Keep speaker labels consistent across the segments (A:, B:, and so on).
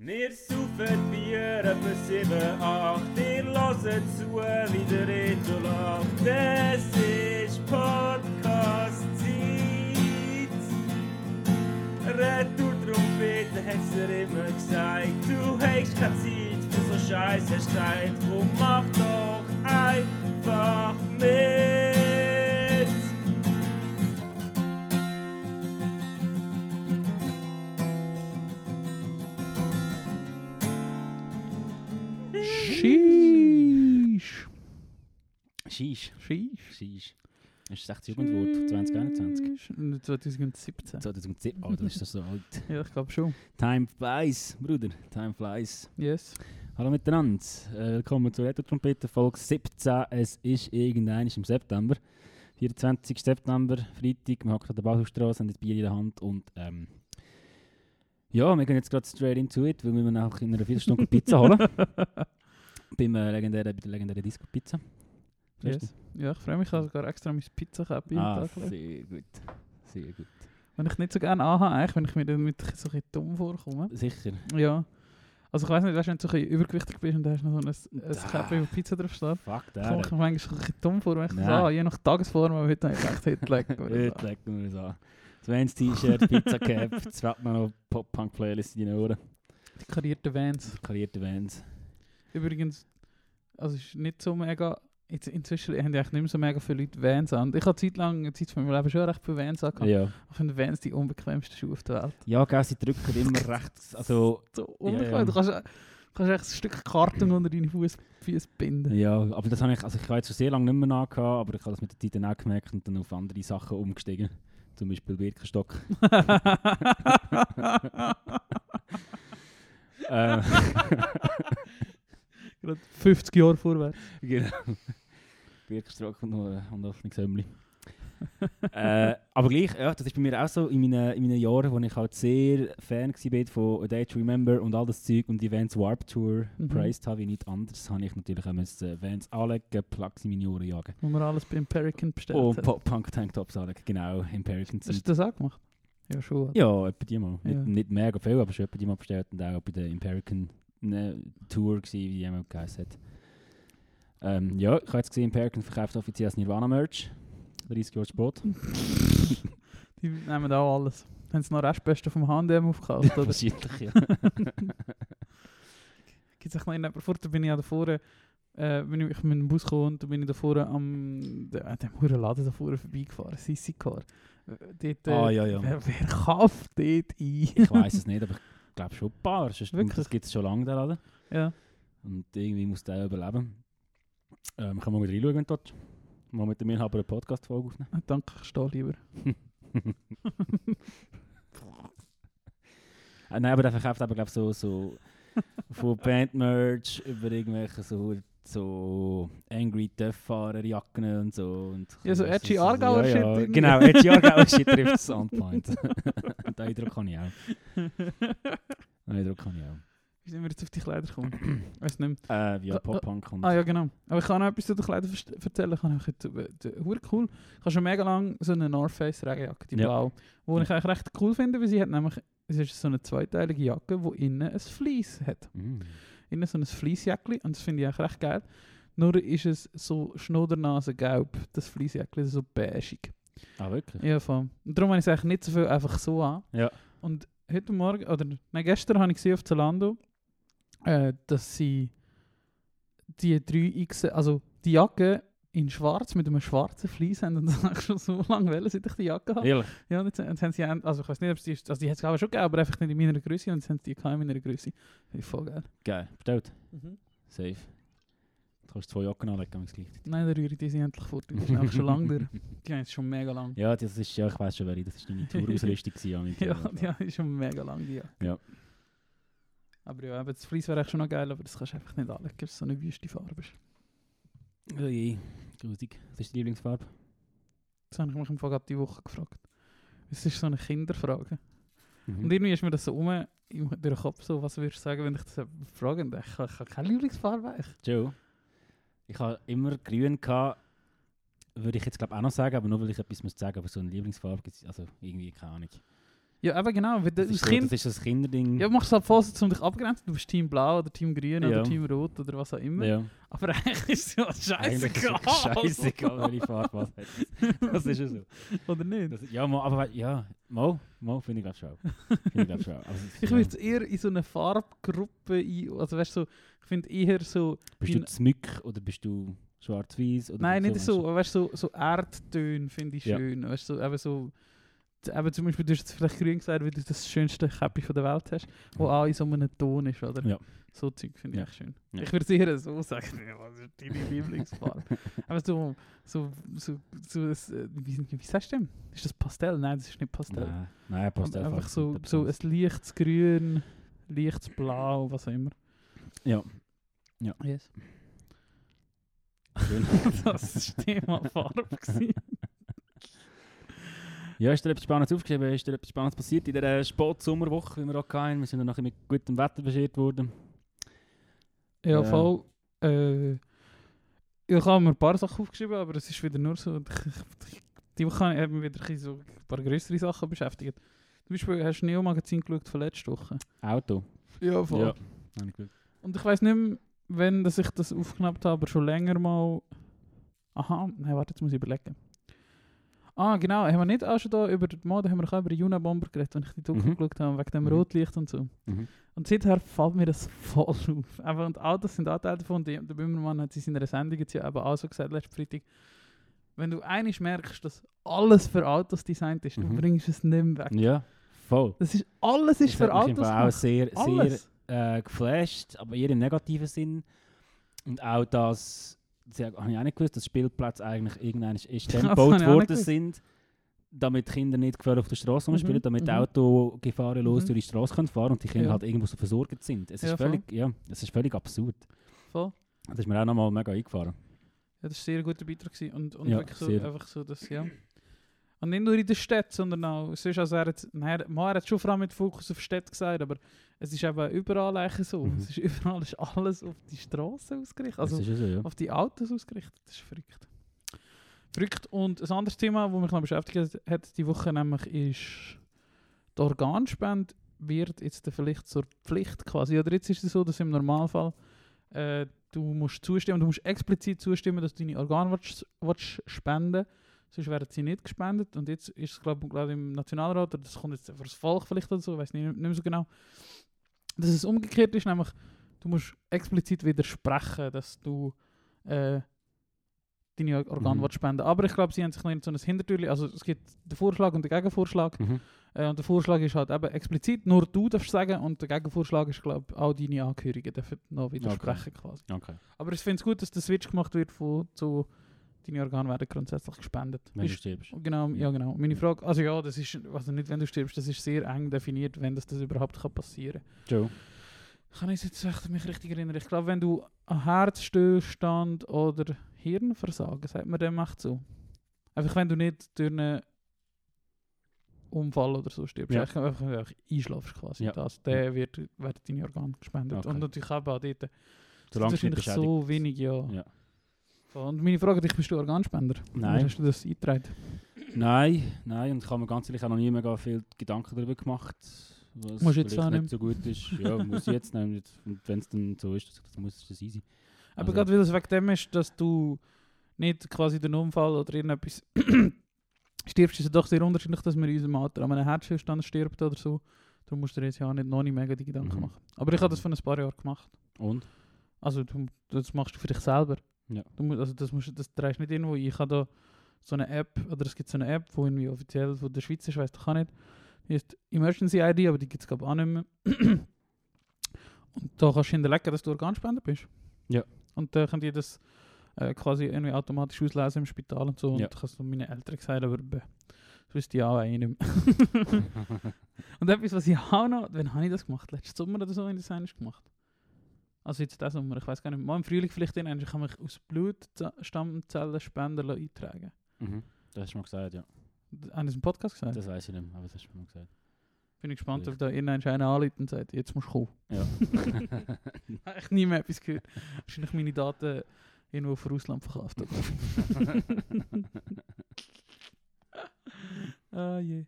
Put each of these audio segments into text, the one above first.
A: Wir saufen Bier etwa 7, 8. Ihr hört zu, wie der Reto lacht. Es ist Podcast-Zeit. Retour-Trompete hat's dir immer gesagt. Du hast keine Zeit für so Scheiß, hast Zeit. Und mach doch einfach mit.
B: Sheesh.
C: Sheesh.
B: Sheesh.
C: Sheesh. Das ist das 60 Jugendwort, 2021.
B: dus 2017.
C: 2007, oh, das ist doch so alt.
B: Ja, ich glaube schon.
C: Time flies, Bruder, time flies.
B: Yes.
C: Hallo miteinander, äh, willkommen zur Retro-Trompete Folge 17. Es ist irgendein im September. 24. September, Freitag, wir hocken an der Bahnhofstrasse, haben das Bier in der Hand und ähm, ja, wir gehen jetzt gerade straight into it, weil wir müssen auch in einer Viertelstunde Pizza holen. Beim äh, legendären, bei der legendären Disco-Pizza. Verstehst
B: yes. Ja, ich freue mich, ich habe sogar extra mein Pizzakäppi
C: du? Ah,
B: am Tag gelegt.
C: sehr gut. Sehr gut.
B: Wenn ich nicht so gerne anhabe, eigentlich, wenn ich mir damit so ein bisschen dumm vorkomme.
C: Sicher.
B: Ja. Also ich weiß nicht, weißt, du, wenn du so ein bisschen übergewichtig bist und da hast noch so ein, ein
C: Da.
B: Käppi, wo Pizza drauf steht,
C: Fuck
B: komme ich
C: that.
B: mir manchmal so ein bisschen dumm vor, wenn ich das
C: Nein.
B: ah, je nach Tagesform, aber heute habe ich echt heute lecker.
C: Heute legen wir es an. Svens T-Shirt, Pizza Cap, jetzt fällt mir noch Pop-Punk-Playlist in deinen Ohren.
B: Die karierten Vans.
C: Karierte Vans.
B: Übrigens, also es ist nicht so mega. Jetzt, inzwischen haben ja eigentlich nicht mehr so mega viele Leute Vans an. Ich habe zeitlang, eine Zeit von meinem Leben schon recht viele Vans angehabt.
C: Ja.
B: Ich finde Vans die unbequemste Schuhe auf der Welt.
C: Ja, gell, sie drücken immer rechts. Also,
B: So unbequem.
C: ja.
B: Du kannst, du kannst echt ein Stück Karton unter deine Fuß Füße binden.
C: ja, aber das habe ich, also ich habe jetzt schon sehr lange nicht mehr nachgehabt, aber ich habe das mit der Zeit dann auch gemerkt und dann auf andere Sachen umgestiegen. Zum Beispiel Birkenstock. äh,
B: Gerade 50 Jahre vorwärts.
C: Genau. Birkenstock und noch ein- und ein Öffnungshemmli. äh, aber gleich, ja, das ist bei mir auch so, in meinen, in meinen Jahren, wo ich halt sehr Fan gewesen bin von A Day to Remember und all das Zeug und die Vans Warp Tour
B: Mhm.
C: gepreist habe, wie nicht anders, habe ich natürlich auch müssen äh, Vans anlegen, Plugs in meine Ohren jagen.
B: Wo man alles bei Imperican bestellt
C: Und
B: hat.
C: Pop-Punk-Tanktops anlegen, genau, im Pericans.
B: Hast du das auch gemacht? Ja, schon.
C: Ja, etwa die mal.
B: Ja.
C: Nicht, nicht mega viel, aber schon etwa die mal bestellt und auch bei der Imperican ne, Tour gsi, wie die mal geheißen hat. Ähm, ja, ich habe jetzt gesehen, Imperican verkauft offiziell das Nirvana-Merch. 30 Jahre Sport.
B: Die nehmen auch alles. Haben sie noch Restbeste vom H&M aufgekauft? oder?
C: Wahrscheinlich, ja.
B: gibt es noch jemanden vor, da bin ich ja davor, äh, bin ich, ich bin mit dem Bus gekommen und da bin ich davor am, de- an dem hohen Laden davor vorbeigefahren, Sissi Car. Äh, Dort, äh,
C: Ah, ja, ja.
B: Wer, wer kauft dort ein?
C: Ich weiß es nicht, aber ich glaube schon ein paar. dus Sonst, und
B: Wirklich?
C: das gibt es schon lange, der Laden.
B: ja.
C: Und irgendwie muss der überleben. Ähm, kann man mal reinschauen, wenn du willst. Mal mit dem Inhaber eine Podcast-Folge aufnehmen.
B: Ah, Danke, ich stehe lieber.
C: Äh, nein, aber der verkauft aber, glaube ich, so, so von Bandmerch über irgendwelche so, so Angry Tough-Fahrer-Jacken und so. Und
B: Ja, so edgy Aargauer Shit irgendwie.
C: Genau, edgy Aargauer-Shit trifft es on point. Den Eindruck kann ich auch. Den Eindruck kann ich auch.
B: Wie sind wir jetzt auf die Kleider gekommen? Weiß nicht mehr.
C: Äh, ja,
B: Ah,
C: Pop-Punk und...
B: Ah ja, genau. Aber ich kann noch etwas zu den Kleidern verst- erzählen. Ich habe auch jetzt, äh, d- hure cool. Ich habe schon mega lange so eine North Face Regenjacke, die
C: Ja.
B: blau. Wo ich eigentlich recht cool finde, weil sie hat nämlich, es ist so eine zweiteilige Jacke, wo innen ein Vlies hat.
C: Mm.
B: innen so ein Fleecejäckli und das finde ich eigentlich recht geil. Nur ist es so schnodernasengelb, das Fleecejäckli, also so beigig.
C: Ah, wirklich?
B: Ja, voll. Und darum habe ich es eigentlich nicht so viel einfach so an.
C: Ja.
B: Und heute Morgen, oder nein, gestern habe ich gesehen auf Zalando, äh, dass sie die 3X, also die Jacke in schwarz mit einem schwarzen Fleece haben und das habe ich schon so lange wollen, seit ich die Jacke habe.
C: Ehrlich?
B: Ja, und jetzt, jetzt haben sie, ein- also ich weiß nicht, ob sie, also die hat es glaube ich schon gegeben, aber einfach nicht in meiner Größe und jetzt haben sie die keine in meiner Größe. Finde ich voll geil.
C: Geil. Bestellt. Safe. Du kannst zwei Jacken anlegen, wenn es gleich
B: Nein, der rühre die sind endlich fort. Die ist nämlich schon lange durch. Die haben jetzt schon mega lang.
C: Ja, das ist... Ja, ich weiß schon, welche. Das ist deine Tourausrüstung gewesen, am
B: Ja,
C: Interieur.
B: die haben schon mega lang, die Jacke.
C: Ja.
B: Aber ja, eben, das Fleece wäre echt schon noch geil, aber das kannst du einfach nicht anlegen, weil es so eine wüste Farbe ist.
C: Oh je, grusig. Was ist die Lieblingsfarbe?
B: Das habe ich mich im Fall gerade die Woche gefragt. Es ist so eine Kinderfrage.
C: Hm. Mhm.
B: Und irgendwie ist mir das so um im- durch den Kopf so, was würdest du sagen, wenn ich das jemanden frage? Und ich habe keine Lieblingsfarbe. eigentlich.
C: Joe, ich habe immer grün gehabt, würde ich jetzt glaube auch noch sagen, aber nur weil ich etwas muss sagen, aber so eine Lieblingsfarbe, gibt's- also irgendwie keine Ahnung.
B: Ja, eben genau. Weil das
C: ist, so-
B: kind,
C: das ist so das Kinderding.
B: ja, du machst halt Vorsitz, um dich abgrenzen. Du bist Team Blau oder Team Grün
C: Ja.
B: oder Team Rot oder was auch immer.
C: Ja.
B: Aber eigentlich ist es ja
C: Eigentlich ist es
B: scheißegal.
C: wirklich Scheißegal, welche Farbe was hat. Das ist ja so.
B: Oder nicht?
C: Das, ja, mal, aber ja, mal, mal finde ich glaub schon. Finde ich glaub schon. Also,
B: Ich
C: ja.
B: würde es eher in so eine Farbgruppe ein... Also weißt du, so, ich finde eher so...
C: Bist du Zmick oder bist du schwarz-weiß? oder
B: Nein, nicht
C: meinst
B: so,
C: du?
B: aber weißt du, so, so Erdtöne finde ich
C: Ja.
B: schön. Weißt du, so, eben so... z- Eben zum Beispiel, du hast jetzt vielleicht grün gesagt, weil du das schönste Käppi von der Welt hast, wo
C: Mhm.
B: auch in so einem Ton ist, oder?
C: Ja.
B: So Zeug finde ich
C: Ja.
B: echt schön.
C: Ja.
B: Ich würde es eher so sagen, ja, was ist deine Lieblingsfarbe? aber so... so, so, so ein- wie, wie sagst du denn? Ist das Pastell? Nein, das ist nicht Pastell.
C: Nein, nein,
B: Aber
C: passt einfach.
B: einfach so, so ein leichtes Grün, leichtes Blau, was auch immer.
C: Ja. Ja.
B: Yes.
C: Schön.
B: Das ist Thema Farbe. gewesen.
C: Ja, ist dir etwas Spannendes aufgeschrieben? Ist dir etwas Spannendes passiert in dieser Sportsommerwoche, wie wir auch hatten? Wir sind dann nachher mit gutem Wetter beschert worden.
B: ja,
C: Ja.
B: voll. Äh, ich habe mir ein paar Sachen aufgeschrieben, aber es ist wieder nur so. Ich, ich, die Woche habe ich mich wieder ein, bisschen so ein paar größere Sachen beschäftigt. Zum Beispiel hast du Neo Magazin geschaut von letzter Woche.
C: Auto.
B: Ja,
C: Ja. Habe ich geschaut.
B: Und ich weiß nicht mehr, wenn dass ich das aufgeschnappt habe, aber schon länger mal. Aha, nein, warte, jetzt muss ich überlegen. Ah, genau, haben wir nicht auch schon da über die Mode, haben wir auch über den Junabomber geredet, wenn ich die Doku
C: Mhm.
B: geschaut habe, wegen dem
C: Mhm.
B: Rotlicht und so.
C: Mhm.
B: Und seither fällt mir das voll auf. Eben, und auch das sind auch Teile davon, die, der Böhmermann hat in seiner Sendung jetzt ja eben auch so gesagt, letzten Freitag, wenn du einisch merkst, dass alles für Autos designt ist,
C: Mhm.
B: du bringst es nicht mehr weg.
C: Ja, voll.
B: Das ist, alles ist
C: Das
B: für
C: hat mich im
B: Autos
C: Fall auch
B: gemacht.
C: sehr, sehr
B: Alles.
C: äh, geflasht, aber eher im negativen Sinn. Und auch das, das habe ich auch nicht gewusst, dass Spielplätze eigentlich irgendwann ist dann
B: Das habe
C: gebaut
B: ich auch nicht
C: worden
B: gewusst.
C: sind, damit die Kinder nicht gefährlich auf der Straße
B: Mhm,
C: rumspielen, damit die
B: mhm.
C: Auto gefahrenlos
B: Mhm.
C: durch die Straße können fahren und die Kinder
B: Ja.
C: halt irgendwo so versorgt sind. Es ist,
B: Ja, voll.
C: völlig, ja, es ist völlig absurd.
B: Voll.
C: Das ist mir auch nochmal mega eingefahren.
B: Ja, das war ein sehr guter Beitrag. gewesen Und, und
C: Ja,
B: wirklich so,
C: sehr.
B: einfach so, dass, ja. Und nicht nur in der Stadt, sondern auch, sonst, also er hat, nein, er- mal, er hat schon vor allem mit Fokus auf Stadt gesagt, aber es ist eben dus überall eigentlich so.
C: Mhm.
B: Es ist überall ist alles auf die Straße ausgerichtet, also
C: das ist ja so, ja.
B: auf die Autos ausgerichtet. Das ist verrückt. Verrückt. Und ein anderes Thema, das mich noch beschäftigt hat- hat die Woche, nämlich ist, die Organspende wird jetzt dann vielleicht zur Pflicht quasi. Oder jetzt ist es so, dass im Normalfall äh, du musst zustimmen, du musst explizit zustimmen, dass du deine Organe willst, willst spenden sonst werden sie nicht gespendet. Und jetzt ist es, glaube ich, gerade im Nationalrat, oder das kommt jetzt für das Volk vielleicht oder so, ich weiß nicht, nicht mehr so genau, dass es umgekehrt ist, nämlich du musst explizit widersprechen, dass du äh, deine Organe
C: Mhm.
B: willst spenden Aber ich glaube, sie haben sich noch in so ein Hintertürchen, also es gibt den Vorschlag und den Gegenvorschlag,
C: Mhm.
B: äh, und der Vorschlag ist halt eben explizit, nur du darfst sagen und der Gegenvorschlag ist, glaube ich, auch deine Angehörigen dürfen noch widersprechen quasi.
C: Okay.
B: Aber ich finde es gut, dass der Switch gemacht wird von so, deine Organe werden grundsätzlich gespendet.
C: Wenn du
B: Ist-
C: stirbst.
B: Genau, ja genau. Meine
C: Ja.
B: Frage, also ja, das ist, also nicht wenn du stirbst, das ist sehr eng definiert, wenn das, das überhaupt kann passieren
C: Joe.
B: kann. Kann ich jetzt echt mich richtig erinnern? Ich glaube, wenn du an Herzstillstand oder Hirnversagen, sagt man dem macht so. Einfach wenn du nicht durch einen Unfall oder so stirbst,
C: Ja.
B: einfach, einfach, einfach einschlafst quasi.
C: Ja.
B: Das, der wird, werden deine Organe gespendet.
C: Okay.
B: Und natürlich auch dort. sind
C: Solange es nicht
B: wahrscheinlich
C: beschädigt.
B: so wenig, ja.
C: Ja.
B: Und meine Frage an dich, bist du Organspender? Oder
C: Nein.
B: hast du das eingetragen?
C: Nein, nein, und ich habe mir ganz ehrlich auch noch nie mega viel Gedanken darüber gemacht, was
B: Musst du jetzt
C: vielleicht
B: auch
C: nicht
B: nicht.
C: so gut ist. Ja, muss ich jetzt nehmen. Jetzt- Und wenn es dann so ist, dann muss es das easy.
B: Aber
C: Also-
B: gerade weil es wegen dem ist, dass du nicht quasi den Unfall oder irgendetwas stirbst, ist es doch sehr unterschiedlich, dass man in unserem Alter an einem Herzstillstand stirbt oder so. Darum musst du dir jetzt ja auch nicht noch nicht mega die Gedanken
C: Mhm.
B: machen. Aber ich habe das vor ein paar Jahren gemacht.
C: Und?
B: Also du, das machst du für dich selber.
C: Ja.
B: Du musst, also das, musst, das drehst nicht irgendwo ein. Ich habe da so eine App, oder es gibt so eine App, die irgendwie offiziell von der Schweiz ist, weiss ich auch nicht. Die heißt Emergency ID, aber die gibt es glaube ich auch nicht mehr. Und da kannst du hinterlegen, dass du Organspender bist.
C: Ja.
B: Und dann können die das äh, quasi irgendwie automatisch auslesen im Spital und so. Und
C: Ja.
B: ich habe es so meinen Eltern gesagt, aber bäh, das wüsste ich auch eigentlich nicht mehr. Und etwas, was ich auch noch, wann habe ich das gemacht? Letzten Sommer oder so habe ich das eigentlich gemacht. Also jetzt diesen Sommer, ich weiß gar nicht, mal im Frühling vielleicht in ich kann mich aus Blutstammzellen Spender lassen eintragen.
C: Mhm. Das hast du mal gesagt, ja.
B: D- Haben das im Podcast gesagt?
C: Das weiß ich nicht mehr, aber das hast du mal gesagt.
B: Bin ich gespannt, ob da irgendein einer anruft und sagt, jetzt musst du kommen.
C: Ja.
B: Habe ich nie mehr etwas gehört. Wahrscheinlich meine Daten irgendwo für Russland verkauft. ah je.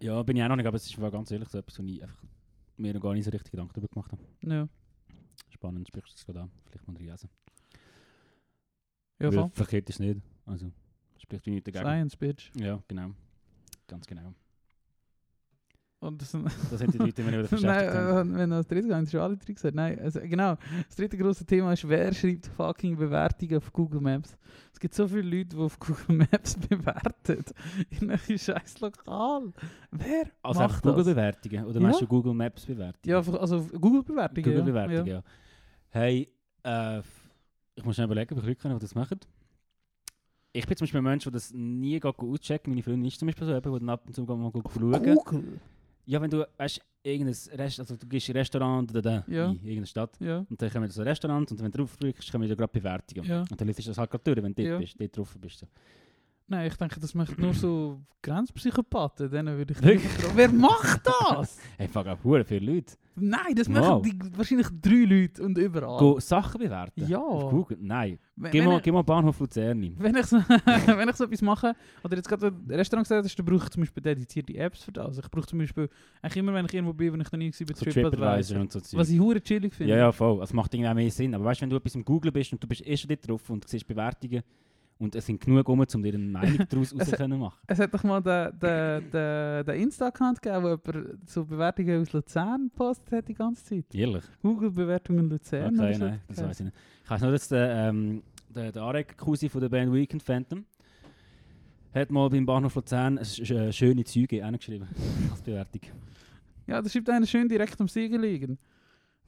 C: Ja, bin ich auch noch nicht, aber es ist ganz ehrlich so etwas, wo ich einfach mir noch gar nicht so richtig Gedanken darüber gemacht habe.
B: Ja,
C: Spannend, sprichst du es gerade an. Vielleicht mal reinlesen.
B: ja
C: Weil
B: voll.
C: Verkehrt ist nicht. Also, spricht wie nichts dagegen.
B: Science, bitch.
C: Ja, genau. Ganz genau.
B: Und das sind
C: Das hätten die Leute immer wieder
B: Nein,
C: beschäftigt. haben.
B: äh, wenn du als drittes gehst, hast du alle drei gesagt. Nein, also genau. Das dritte große Thema ist, wer schreibt fucking Bewertungen auf Google Maps? Es gibt so viele Leute, die auf Google Maps bewerten. In einem scheiß Lokal. Wer
C: Also
B: macht
C: einfach
B: das?
C: Google-Bewertungen. Oder
B: Ja.
C: meinst du Google Maps-Bewertungen?
B: ja, einfach- also Google-Bewertungen.
C: Google-Bewertungen,
B: Ja.
C: ja. Hey, äh, ich muss schnell überlegen, ob ich Leute kenne, die das machen. Ich bin zum Beispiel ein Mensch, der das nie geht auschecken Meine Freundin ist zum Beispiel so jemand, die dann ab und zu mal geht
B: Ja.
C: schauen
B: Google?
C: Ja, wenn du, weißt, irgendein Rest, also du gehst in ein Restaurant oder da,
B: Ja.
C: in irgendeine Stadt.
B: Ja.
C: Und dann kommen so Restaurants und wenn du drauf drückst, kommen wieder gerade Bewertungen.
B: Ja.
C: Und dann lässt du das halt gerade durch, wenn du
B: Ja.
C: dort bist, dort drauf bist. So.
B: Nein, ich denke, das macht nur so Grenzpsychopathen. Denen würde ich
C: Wirklich?
B: nicht trauen. Wer macht das?
C: Hey, fuck ab, hure viele Leute.
B: Nein, das
C: Wow.
B: machen die, wahrscheinlich drei Leute und überall.
C: Go Sachen bewerten.
B: Ja.
C: Auf Google? Nein.
B: Wenn-
C: Geh
B: wenn-
C: mal, geh mal Bahnhof Luzern rein.
B: Wenn ich, so, wenn ich so etwas mache, oder jetzt gerade ein Restaurant gesagt hast, dann brauche ich zum Beispiel dedizierte Apps für das. Ich brauche zum Beispiel, eigentlich immer wenn ich irgendwo bin, wo ich noch nie war, bei
C: So TripAdvisor
B: TripAdvisor.
C: und so Zeug.
B: Was ich hure chillig finde.
C: Ja, ja, voll. Es macht irgendwie auch mehr Sinn. Aber weißt du, wenn du etwas im Google bist und du bist eh schon dort drauf und siehst Bewertungen und es sind genug rum, um dir eine Meinung daraus raus
B: Es-
C: können machen.
B: Es hat doch mal den, den, den, den Insta-Account gegeben, wo jemand so Bewertungen aus Luzern postet hat die ganze Zeit.
C: Ehrlich?
B: Google-Bewertungen Luzern. oder
C: Okay,
B: so.
C: nein, das weiß ich nicht. Ich weiß nur, dass der, ähm, der, der Arek Kusi von der Band Weekend Phantom hat mal beim Bahnhof Luzern äh, sch- äh, schöne Züge angeschrieben als Bewertung.
B: Ja, da schreibt einer schön direkt am Siegel liegen.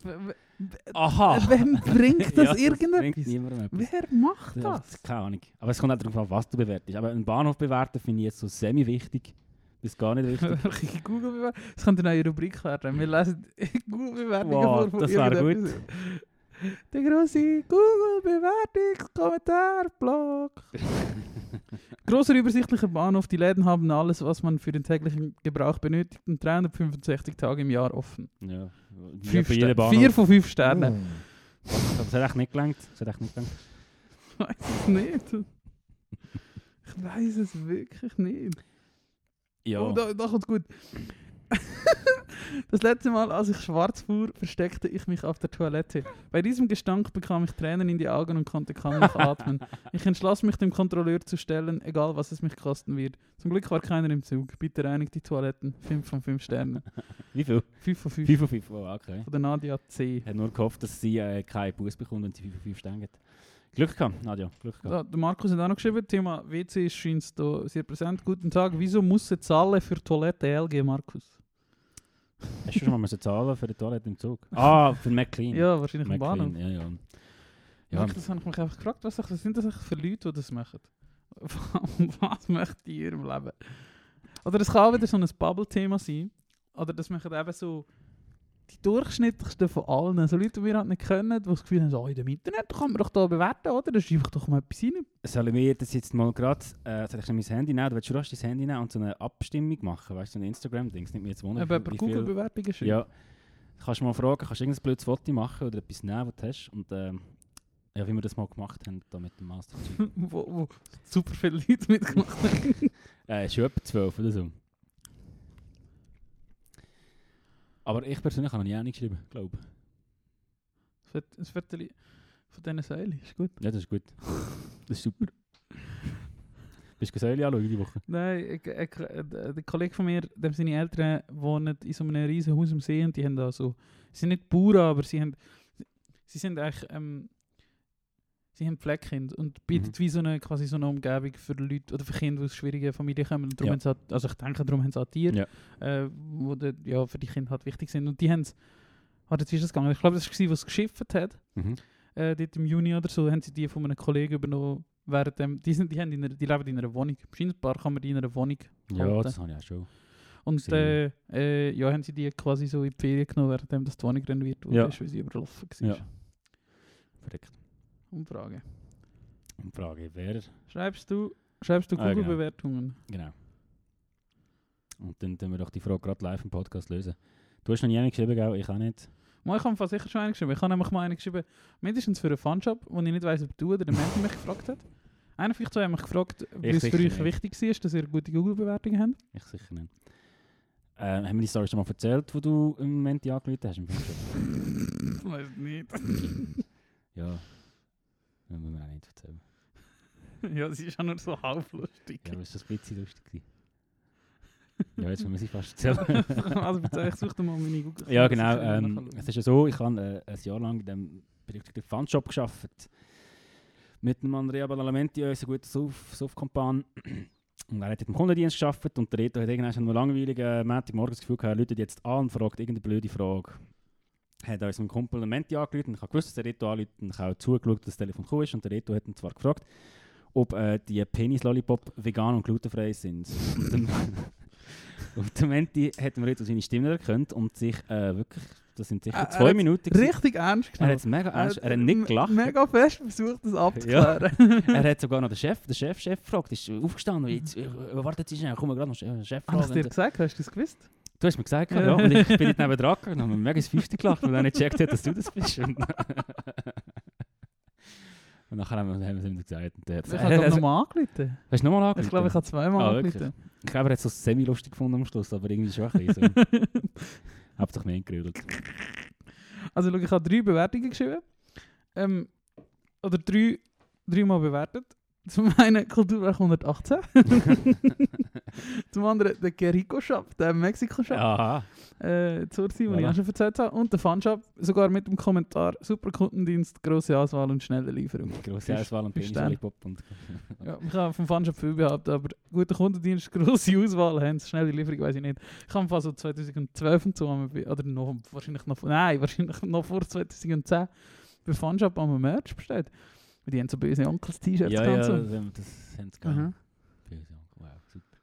B: W- w-
C: Aha!
B: Wem bringt das
C: Ah. Ja, bringt
B: irgendetwas?
C: niemandem etwas.
B: Wer macht
C: Ja,
B: das?
C: Keine Ahnung. Aber es kommt auch darauf an, was du bewertest. Aber einen Bahnhof bewerten finde ich jetzt so semi-wichtig. Bis gar nicht wichtig.
B: Welche Google-Bewertung? Das könnte eine neue Rubrik werden. Wir lesen Google-Bewertungen
C: Wow,
B: vor. von
C: das wäre
B: irgendetwas. Der grosse Google-Bewertungskommentarblock. Großer übersichtlicher Bahnhof. Die Läden haben alles, was man für den täglichen Gebrauch benötigt und 365 Tage im Jahr offen.
C: Ja, wie
B: Fünf
C: für jeden
B: Ster-
C: Bahnhof. Oh.
B: vier von fünf Sternen.
C: Das hat echt nicht gelangt. Das hat echt nicht gelangt.
B: Ich weiß es nicht. Ich weiß es wirklich nicht.
C: Ja.
B: Oh, da, da kommt gut. Das letzte Mal, als ich schwarz fuhr, versteckte ich mich auf der Toilette. Bei diesem Gestank bekam ich Tränen in die Augen und konnte kaum noch atmen. Ich entschloss mich, dem Kontrolleur zu stellen, egal was es mich kosten wird. Zum Glück war keiner im Zug. Bitte reinigt die Toiletten. 5 von 5 Sternen.
C: Wie viel?
B: 5 von 5
C: 5 von 5. Oh, okay.
B: von der Nadia C.
C: Ich habe nur gehofft, dass sie äh, keinen Bus bekommt, wenn sie 5 von 5 stehen. Glück gehabt, Nadja. Glück gehabt.
B: Da, der Markus hat auch noch geschrieben, Thema WC ist scheint da sehr präsent. Guten Tag, wieso muss sie zahlen für Toilette LG, Markus?
C: Hast du schon mal müssen zahlen für die Toilette im Zug? Ah, für McLean.
B: Ja, wahrscheinlich im Bahnhof.
C: McLean, ja, ja.
B: Ja.
C: Ja,
B: Das habe ich mich einfach gefragt, was, was sind das eigentlich für Leute, die das machen? was möchten die in ihrem Leben? Oder es kann auch wieder so ein Bubble-Thema sein. Oder das machen eben so die durchschnittlichsten von allen. So Leute, die wir halt nicht kennen, die das Gefühl haben, so, oh, in dem Internet kann man doch da bewerten, oder? Da schreibe ich doch mal etwas rein.
C: sollen wir das jetzt mal gerade, äh, soll ich schnell mein Handy nehmen? Du willst schon rasch dein Handy nehmen und so eine Abstimmung machen, weißt du, so ein Instagram-Ding. Das nimmt mir jetzt Wunder,
B: Eben
C: wie
B: über
C: viel-
B: Google-Bewertungen schreiben.
C: Ja. Kannst du mal fragen, kannst du irgendein blödes Foto machen oder etwas nehmen, was du hast? Und ähm, ja, wie wir das mal gemacht haben da mit dem Master.
B: wo, wo super viele Leute mitgemacht haben.
C: äh, schon etwa 12 oder so. Aber ich persönlich habe noch nie eine geschrieben, glaube ich.
B: Ein Viertel von diesen Säulen ist gut.
C: Ja, das ist gut. Das ist super. Bist du Säule anschauen die Woche?
B: Nein, äh, ik, ik, de collega van mij, dem zijn Eltern wohnen in zo'n riesen Haus am See und die haben da so, sie sind nicht Bauern, aber sie haben, sie sind eigentlich, ähm, sie haben Pflegekind und bietet
C: Mhm.
B: wie so eine, quasi so eine Umgebung für Leute oder für Kinder aus schwierigen Familien kommen. Und Darum
C: Ja.
B: haben sie halt- also ich denke, darum haben sie auch Tiere, äh, wo de, ja, für die Kinder halt wichtig sind. Und die haben, hat jetzt wie ist das gegangen? Ich glaube, das war, was es geschifft hat
C: Mhm.
B: äh, dort im Juni oder so, haben sie die von einem Kollegen übernommen. Während dem, die, sind, die, haben in einer, die leben in einer Wohnung. Scheinbar kann man die in einer Wohnung
C: Ja,
B: Alter.
C: das habe ich auch schon.
B: Und äh,
C: Sehr.
B: äh, ja, haben sie die quasi so in die Ferien genommen, während dem das die Wohnung renoviert wurde,
C: Ja.
B: ist, weil sie überlaufen war.
C: Ja. Verrückt.
B: Umfrage.
C: Und Frage, wer?
B: Schreibst du, schreibst du
C: Ah, genau.
B: Google-Bewertungen?
C: Genau. Und dann können wir doch die Frage gerade live im Podcast lösen. Du hast noch nie eine geschrieben, gell? Ich auch nicht.
B: Mal, Ich habe fast sicher schon einen geschrieben. Ich habe nämlich mal einen geschrieben, mindestens für einen Funshop, wo ich nicht weiß, ob du oder der Mensch mich gefragt hat. Einer von euch zwei haben mich gefragt, weil es für
C: sicher
B: euch
C: nicht.
B: wichtig war, dass ihr gute Google-Bewertungen habt.
C: Ich sicher nicht. Äh, haben wir die Story schon mal erzählt, wo du im Moment angelötet hast? Im Fall schon.
B: Weiß nicht.
C: ja. Müssen wir auch nicht erzählen.
B: ja, sie ist ja nur so halblustig.
C: Ja, aber es war ein bisschen lustig. gewesen. ja, jetzt müssen wir sie fast erzählen.
B: also bitte, ich suche dir mal meine Google.
C: Ja, genau. Ähm, es ist ja so, ich habe äh, ein Jahr lang in dem berüchtigten Funshop geschafft. Mit dem Andrea Badalamenti, unserem guten Sof- Sof-Kompan. Und er hat im Kundendienst geschafft und der Reto hat irgendwann schon mal langweilig äh, Montagmorgen das Gefühl gehabt, er läutet jetzt an und fragt irgendeine blöde Frage. Er hat unserem Kumpel den Menti angerufen und ich habe gewusst, dass der Reto anruft und ich habe auch zugeschaut, dass das Telefon gekommen ist und der Reto hat ihn zwar gefragt, ob äh, die Penis-Lollipop vegan und glutenfrei sind. Und dann- und der Menti hat mir Reto seine Stimme erkannt und sich äh, wirklich, das sind sicher
B: Er- er
C: zwei
B: hat's
C: Minuten. gewesen.
B: Richtig ernst
C: Er
B: genommen.
C: hat es mega ernst, er hat
B: me-
C: nicht gelacht.
B: Mega fest versucht, das abzuklären.
C: Er hat sogar noch den Chef, den Chef, Chef gefragt, ist aufgestanden, jetzt, äh, wartet sie schnell, komm gerade noch äh, Chef
B: Habe ich es
C: fragen.
B: dir gesagt? Hast du es gewusst?
C: Du hast mir gesagt,
B: Ja.
C: ja. und ich bin nicht neben dran gegangen und habe mir mega ins Fünfte gelacht, weil er nicht gecheckt hat, dass du das bist. Und, und nachher haben wir haben wir es ihm gesagt. Und der hat
B: Ich
C: gesagt,
B: habe
C: er-
B: gerade
C: er-
B: nochmal angerufen.
C: Hast du nochmal
B: Ich glaube, ich habe
C: Ah,
B: zweimal
C: wirklich?
B: angerufen.
C: ich glaube, er hat es so semi-lustig gefunden am Schluss, aber irgendwie schon ein bisschen so. Hauptsächlich mehr gerüttelt.
B: Also schau, ich habe drei Bewertungen geschrieben. Ähm, oder drei, dreimal bewertet. Zum einen Kulturwerk 118. Zum anderen der Guerrico Shop, der Mexiko Shop.
C: Aha.
B: Äh, zur Zeit, die ich
C: Voilà.
B: auch schon erzählt habe. Und der Fun Shop, sogar mit dem Kommentar: super Kundendienst, grosse Auswahl und schnelle Lieferung.
C: Grosse Auswahl an
B: Fünf
C: Penis,
B: Sterne.
C: Lollipop und...
B: Ja, ich habe vom Fun Shop viel behauptet, aber guter Kundendienst, grosse Auswahl, haben sie schnelle Lieferung, weiß ich nicht. Ich habe fast so 2012 und so, am- oder noch, wahrscheinlich noch, vor- nein, wahrscheinlich noch vor 2010 bei Fun Shop am Merch bestellt. Weil Die haben so böse Onkels-T-Shirts
C: Ja, ja,
B: gehabt
C: das
B: und
C: haben das haben sie
B: so.
C: gehabt.
B: Mhm.
C: Böse Onkel, Wow, super.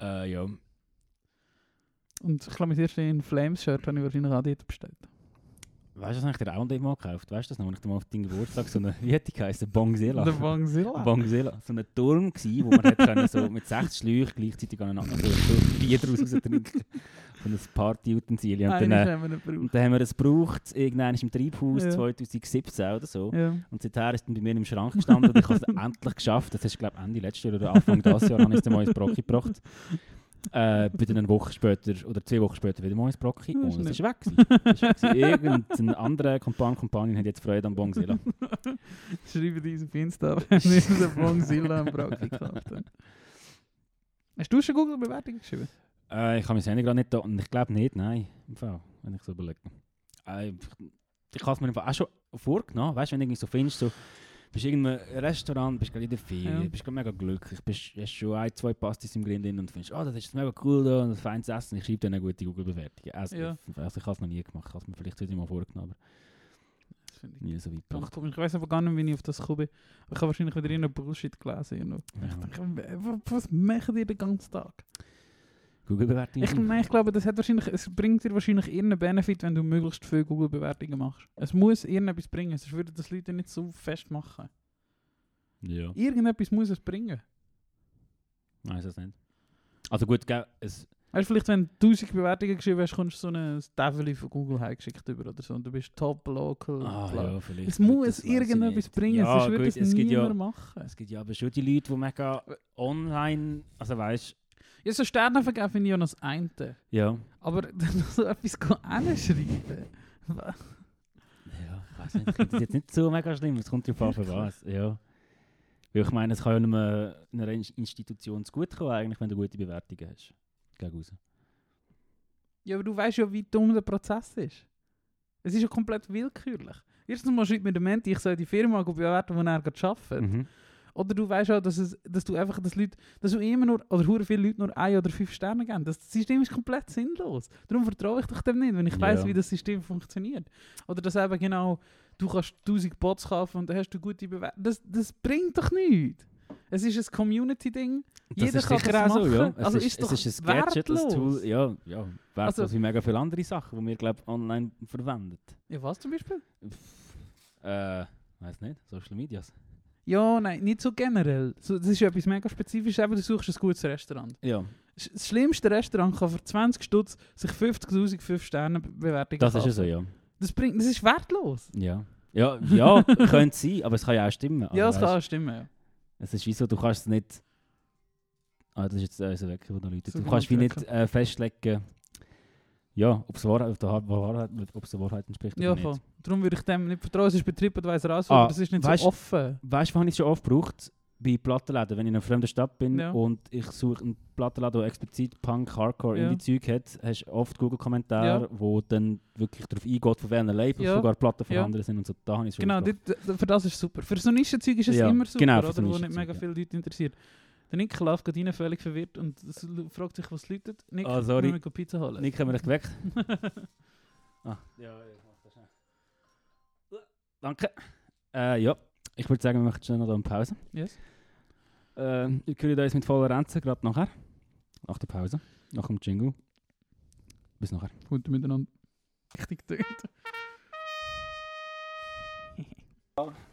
C: Äh, ja.
B: Und ich glaube, mein erstes in Flames-Shirt habe ich wahrscheinlich auch dort bestellt.
C: Weißt du, was habe ich dir auch mal gekauft? Weißt du das noch, als ich dir mal auf deinen Geburtstag so eine, wie hätte die geheißen? Bongzilla.
B: Der Bangzilla.
C: Bongzilla. So ein Turm gsi, wo man hat können, so mit sechs Schläuchen gleichzeitig aneinander so, so Bier draus trinken. Und ein Party-Utensilien. Und dann,
B: Eines
C: äh,
B: haben wir nicht
C: und
B: gebraucht.
C: dann haben wir es gebraucht, irgendwann im Treibhaus
B: Ja.
C: 2017 oder so.
B: Ja.
C: Und seither ist es bei mir im Schrank gestanden und ich habe es endlich geschafft. Das ist, glaube ich, Ende letztes Jahr oder Anfang dieses Jahr habe ich es dann mal ins Brocki gebracht. Äh, bin dann eine Woche später oder zwei Wochen später wieder mal ins Brocki
B: Das
C: und
B: ist nicht-
C: es ist weg. gewesen. Es ist weg gewesen. Irgendein anderer Kompan, Kompanin hat jetzt Freude an Bongzilla.
B: Schreibe dies auf Insta, wenn ihr den Bongzilla am Bracki gehabt habt. Hast du schon Google-Bewertung geschrieben?
C: Äh, ich habe mein Handy gerade nicht da und ich glaube nicht, nein. Im Fall, wenn ich so überlege. Äh, ich ich habe es mir im Fall auch schon vorgenommen, weißt du, wenn du irgendwie so findest, so, bist in irgendeinem Restaurant, bist gerade in der Ferien,
B: Ja.
C: bist gerade mega glücklich, bist, hast schon ein, zwei Pastis im Grill drin und findest, oh, das ist mega cool da und ein feines Essen, ich schreibe dann eine gute Google-Bewertung. Also,
B: Ja.
C: also ich habe es noch nie gemacht, ich habe es mir vielleicht wieder mal vorgenommen, aber
B: Das finde ich
C: nie so weit
B: Ganz
C: gebracht.
B: komisch. Ich weiß aber gar nicht, wie ich auf das gekommen bin. Ich habe wahrscheinlich wieder irgendeinen Bullshit gelesen. irgendwo.
C: Ja.
B: Ich denke, w- w- was machen die den ganzen Tag? Ich,
C: Google-Bewertung.
B: nein, ich glaube, das hat wahrscheinlich, es bringt dir wahrscheinlich irgendeinen Benefit, wenn du möglichst viele Google-Bewertungen machst. Es muss irgendetwas bringen, sonst würden das Leute nicht so fest machen.
C: Ja.
B: Irgendetwas muss es bringen.
C: Nein, ist das nicht. Also gut, gell, es,
B: Weißt, du, Also vielleicht, wenn du 1000 Bewertungen geschrieben hast, kommst du so eine Tafel von Google heimgeschickt über oder so. Und du bist top local.
C: ah,
B: bla.
C: ja, vielleicht.
B: Es
C: Gut,
B: muss
C: das weiss ich
B: irgendetwas
C: nicht.
B: bringen,
C: Ja,
B: sonst würde
C: gut,
B: es
C: es gibt ja-
B: niemand machen.
C: Es gibt ja aber schon die Leute, die mega online, also weißt
B: Ja, so Sterne vergeben finde ich ja noch das eine.
C: ja.
B: Aber dann noch so etwas go anschreiben. Wa-
C: Ja, ich weiß nicht, ich finde das jetzt nicht so mega schlimm, es kommt drauf an, für was, ja. Weil ich meine, es kann ja einem, einer In- Institution zu gut kommen, eigentlich, wenn du gute Bewertungen hast. Gegen raus.
B: Ja, aber du weißt ja, wie dumm der Prozess ist. Es ist ja komplett willkürlich. Erstens mal schreibt mir der Menti, ich soll die Firma go bewerten, wo er gerade arbeitet.
C: Mhm.
B: Oder du weißt auch, dass, es, dass du einfach, dass Leute, dass du immer nur, oder hure viele Leute nur ein oder fünf Sterne geben. Das System ist komplett sinnlos. Darum vertraue ich doch dem nicht, wenn ich weiß,
C: Ja.
B: wie das System funktioniert. Oder dass eben genau, du kannst 1000 Bots kaufen und dann hast du gute Bewertungen. Das, das bringt doch nichts. Es ist ein Community-Ding.
C: Das
B: Jeder
C: ist
B: kann
C: sicher
B: das
C: auch so, ja.
B: machen.
C: Es
B: Also
C: ist,
B: ist doch
C: es ist ein Gadget, ein
B: wertlos.
C: Tool, ja, ja, wertlos
B: Also-
C: wie mega viele andere Sachen, die wir, glaube ich, online verwenden.
B: Ja, was zum Beispiel?
C: Pff, Äh, weiß nicht, Social Medias.
B: Ja, nein, nicht so generell. So, das ist ja etwas mega Spezifisches, aber du suchst ein gutes Restaurant.
C: Ja,
B: Sch- Das schlimmste Restaurant kann für 20 Stutz sich 50'000 5-Sterne-Bewertungen
C: das ist ja
B: kaufen.
C: so, ja.
B: Das, bringt, das ist wertlos.
C: Ja, ja, ja könnte sein, aber es kann ja auch stimmen. Also,
B: ja, das
C: weißt-
B: kann auch stimmen. Ja.
C: Es ist wie so, du kannst es nicht. Ah, das ist jetzt unser Wecker, der da läutet.
B: So
C: Du
B: ein
C: kannst wie nicht
B: Notwecker.
C: äh, festlegen, ja, ob es Wahrheit, ob der Har- Wahrheit, ob's der Wahrheit entspricht
B: Ja,
C: oder
B: voll.
C: nicht.
B: Darum würde ich dem nicht vertrauen. Es ist Betriebsweise raus,
C: Ah,
B: aber das ist nicht
C: weisst-
B: so offen.
C: Weißt du, wann ich es schon oft gebraucht? Bei Plattenläden, wenn ich in einer fremden Stadt bin
B: Ja.
C: und ich suche einen Plattenladen, der explizit Punk, Hardcore,
B: Ja.
C: Indie-Zeug hat, hast du oft Google-Kommentare, wo dann wirklich darauf eingeht, von welchen Labels
B: Ja.
C: sogar Platten von
B: Ja.
C: anderen sind und so. Da habe ich schon
B: Genau,
C: gebraucht.
B: dort, d- für das ist es super. Für so Nischenzeug ist es
C: Ja,
B: immer super,
C: genau, für so
B: oder? Wo nicht
C: Nischenzeug,
B: mega
C: ja.
B: viele Leute interessiert. Der Nick läuft gerade rein, völlig verwirrt und s- fragt sich, was läutet. Nick,
C: Ah, sorry.
B: wir müssen go Pizza holen.
C: Nick, haben wir dich geweckt? ah. Ja, ich mach das schnell. Danke. Äh, ja, ich würde sagen, wir machen schnell noch eine Pause.
B: Yes.
C: Äh, ihr könnt uns mit voller Renze gerade nachher. Nach der Pause. Nach dem Jingle. Bis nachher.
B: Gut miteinander. Richtig tönt.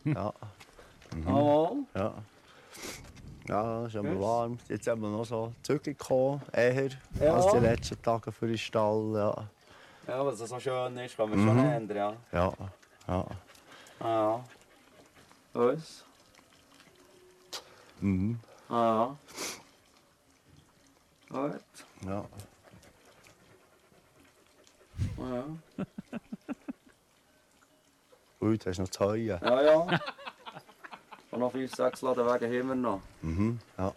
D: Ja. Mhm.
E: Hallo?
D: Ja. Ja, ist aber warm. Jetzt haben wir noch so Zügel gekommen, eher
E: Ja.
D: als die letzten Tage für den Stall. Ja. Mhm.
E: Ja, was das so schön ist, kann man schon ändern, ja.
D: Ja. ja.
E: Ah, ja. Was?
D: Mhm.
E: Ah, ja. Gut.
D: ja.
E: Ja.
D: Ui, sånn du hast noch zu heuen.
E: Ja, ja. Und noch 5, 6 Laden wegen haben wir noch.
D: Mhm. Ja.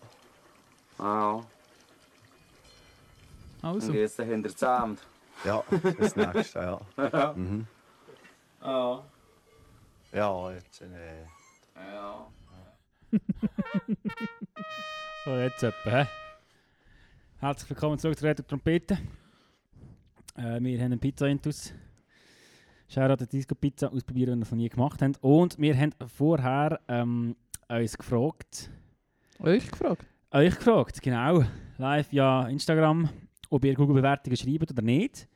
E: Ah, ja.
B: Also,
E: Dann geht's dann hinter das Amt.
D: Ja, das nächste, ja.
E: Ja.
D: Ja, jetzt. Äh,
E: Ja.
C: So, jetzt etwa, hä? Herzlich willkommen zurück zu Retro Trompete. Äh, wir haben einen Pizza-Intus. Shoutout an Disco Pizza ausprobieren, wenn ihr es noch nie gemacht habt. Und wir haben vorher ähm, uns gefragt,
B: euch gefragt.
C: euch gefragt, genau, live via Instagram, ob ihr Google-Bewertungen schreibt oder nicht.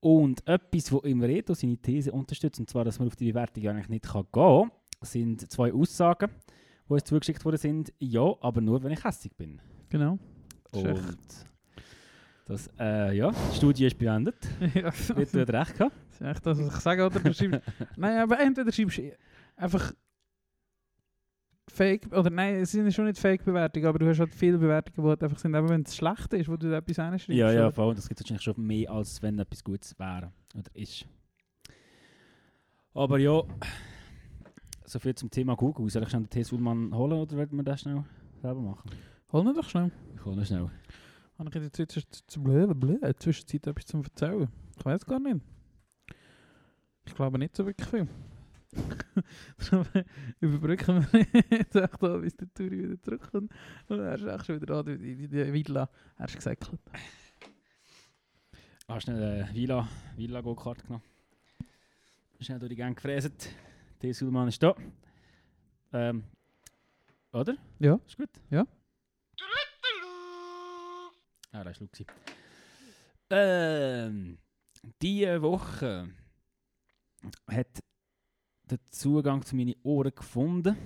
C: Und etwas, wo im Reto seine These unterstützt, und zwar, dass man auf die Bewertung eigentlich nicht kann gehen kann, sind zwei Aussagen, die uns zugeschickt worden sind. Ja, aber nur, wenn ich hässig bin.
B: Genau. Schön.
C: Und das, äh, ja, die Studie ist beendet.
B: ja,
C: Reto hat recht gehabt.
B: Das ist echt das, was ich sage, oder? Du schreibst, nein, aber entweder schreibst du einfach Fake, oder nein, es sind schon nicht Fake-Bewertungen, aber du hast halt viele Bewertungen, die halt einfach sind, eben wenn es schlecht ist, wo du da etwas reinschreibst.
C: Ja, ja,
B: oder?
C: voll. Und das gibt wahrscheinlich schon mehr, als wenn etwas Gutes wäre oder ist. Aber ja, so viel zum Thema Google. Soll ich schnell den T. Sulman holen oder werden wir das schnell selber machen?
B: Hol ihn doch schnell.
C: Ich hole ihn schnell.
B: Habe ich in der Zwischenzeit, zu- blö, blö, in der Zwischenzeit etwas zum Erzählen? Ich weiß gar nicht. Ich glaube nicht so wirklich viel. Darum Überbrücken wir jetzt echt da, bis der Touri wieder zurückkommt. Und er ist echt schon wieder an in der Villa. Er ist gesäckelt.
C: Ah, schnell äh, Villa, Villa Go-Kart genommen. Schnell durch die Gang gefräset. T. Sulman ist da. Ähm, oder?
B: Ja.
C: Ist gut.
B: Ja.
C: Ah, das war Luxi. Ähm, diese Woche hat der Zugang zu meinen Ohren gefunden.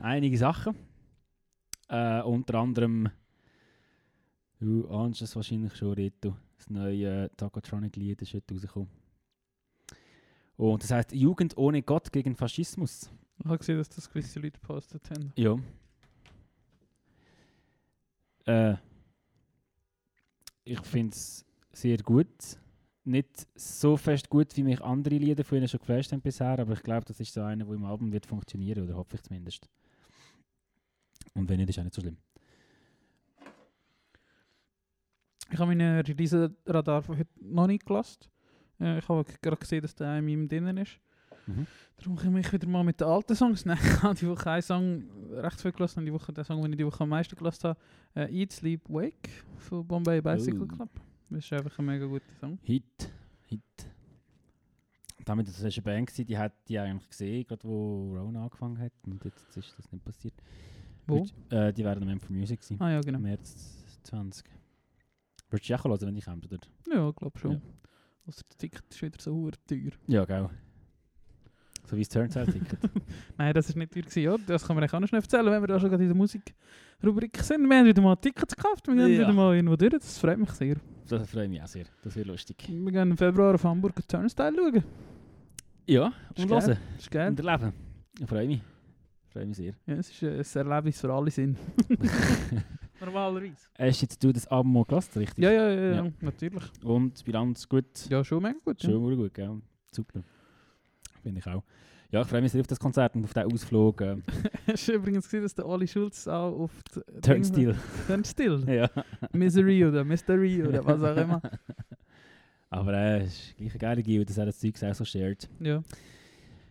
C: Einige Sachen. Äh, unter anderem, du ahnst es wahrscheinlich schon, Reto, das neue Takotronic-Lied ist heute rausgekommen. Oh, Und das heißt Jugend ohne Gott gegen Faschismus.
B: Ich habe gesehen, dass das gewisse Leute gepostet haben.
C: Ja. Äh, ich finde es sehr gut. Nicht so fest gut, wie mich andere Lieder von ihnen schon geflasht haben bisher, aber ich glaube, das ist so einer, der im Album wird funktionieren, oder hoffe ich zumindest. Und wenn nicht, ist auch nicht so schlimm.
B: Ich habe meinen Release-Radar von heute noch nicht gelassen. Äh, ich habe gerade gesehen, dass der in meinem drinnen ist.
C: Mhm.
B: Darum komme ich wieder mal mit den alten Songs. Nein, ich habe die Woche einen Song recht viel gelassen. und Die Woche, der Song, den ich die Woche am meisten gelassen habe, äh, Eat, Sleep, Wake von Bombay Bicycle
C: Oh.
B: Club. Dus Das ist einfach ein mega guter Song.
C: Hit. Hit. Damit, das war eine Band, gewesen, die hat die eigentlich gesehen, gerade wo Rona angefangen hat. Und jetzt ist das nicht passiert.
B: Wo?
C: Würdest- Äh, die wären am Ende von Music gewesen.
B: Ah ja, genau.
C: Im März 20. Würdest du die auch hören, wenn ich komme, oder?
B: Ja, ich glaube schon.
C: Ja.
B: Ausser das Ticket ist wieder so hure teuer.
C: Ja, genau. So wie das Turnstile-Ticket.
B: Nein, das war nicht teuer. Gewesen, oder? Das kann man euch auch noch schnell erzählen, wenn wir da schon gerade in der Musikrubrik sind. Wir haben wieder mal Tickets gekauft. Wir gehen
C: Ja.
B: wieder mal irgendwo durch. Das freut mich sehr.
C: das freut mich auch sehr. Das wird lustig.
B: Wir gehen im Februar auf Hamburger Turnstile schauen.
C: Ja,
B: Ist geil.
C: und hören.
B: Das ist geil.
C: Und erleben. Ich freue mich. Freue mich sehr.
B: Ja, es ist äh, ein Erlebnis für alle Sinn. Normalerweise.
C: Hast Äh, jetzt du das Album mal gelassen, richtig?
B: Ja, ja, ja, ja,
C: Ja.
B: natürlich.
C: Und die Bilanz gut.
B: Ja, schon mega gut.
C: Schön,
B: Ja.
C: wurde gut, gell? Super. Finde ich auch. Ja, ich freue mich sehr auf das Konzert und auf den Ausflug. Äh,
B: Hast du übrigens gesehen, dass der Oli Schulz auch auf die-
C: Turnstile.
B: Turnstile.
C: ja.
B: Misery oder Mystery oder was auch immer.
C: Aber äh, es ist gleich eine geile Gil, dass er das Zeug auch so shared.
B: Ja.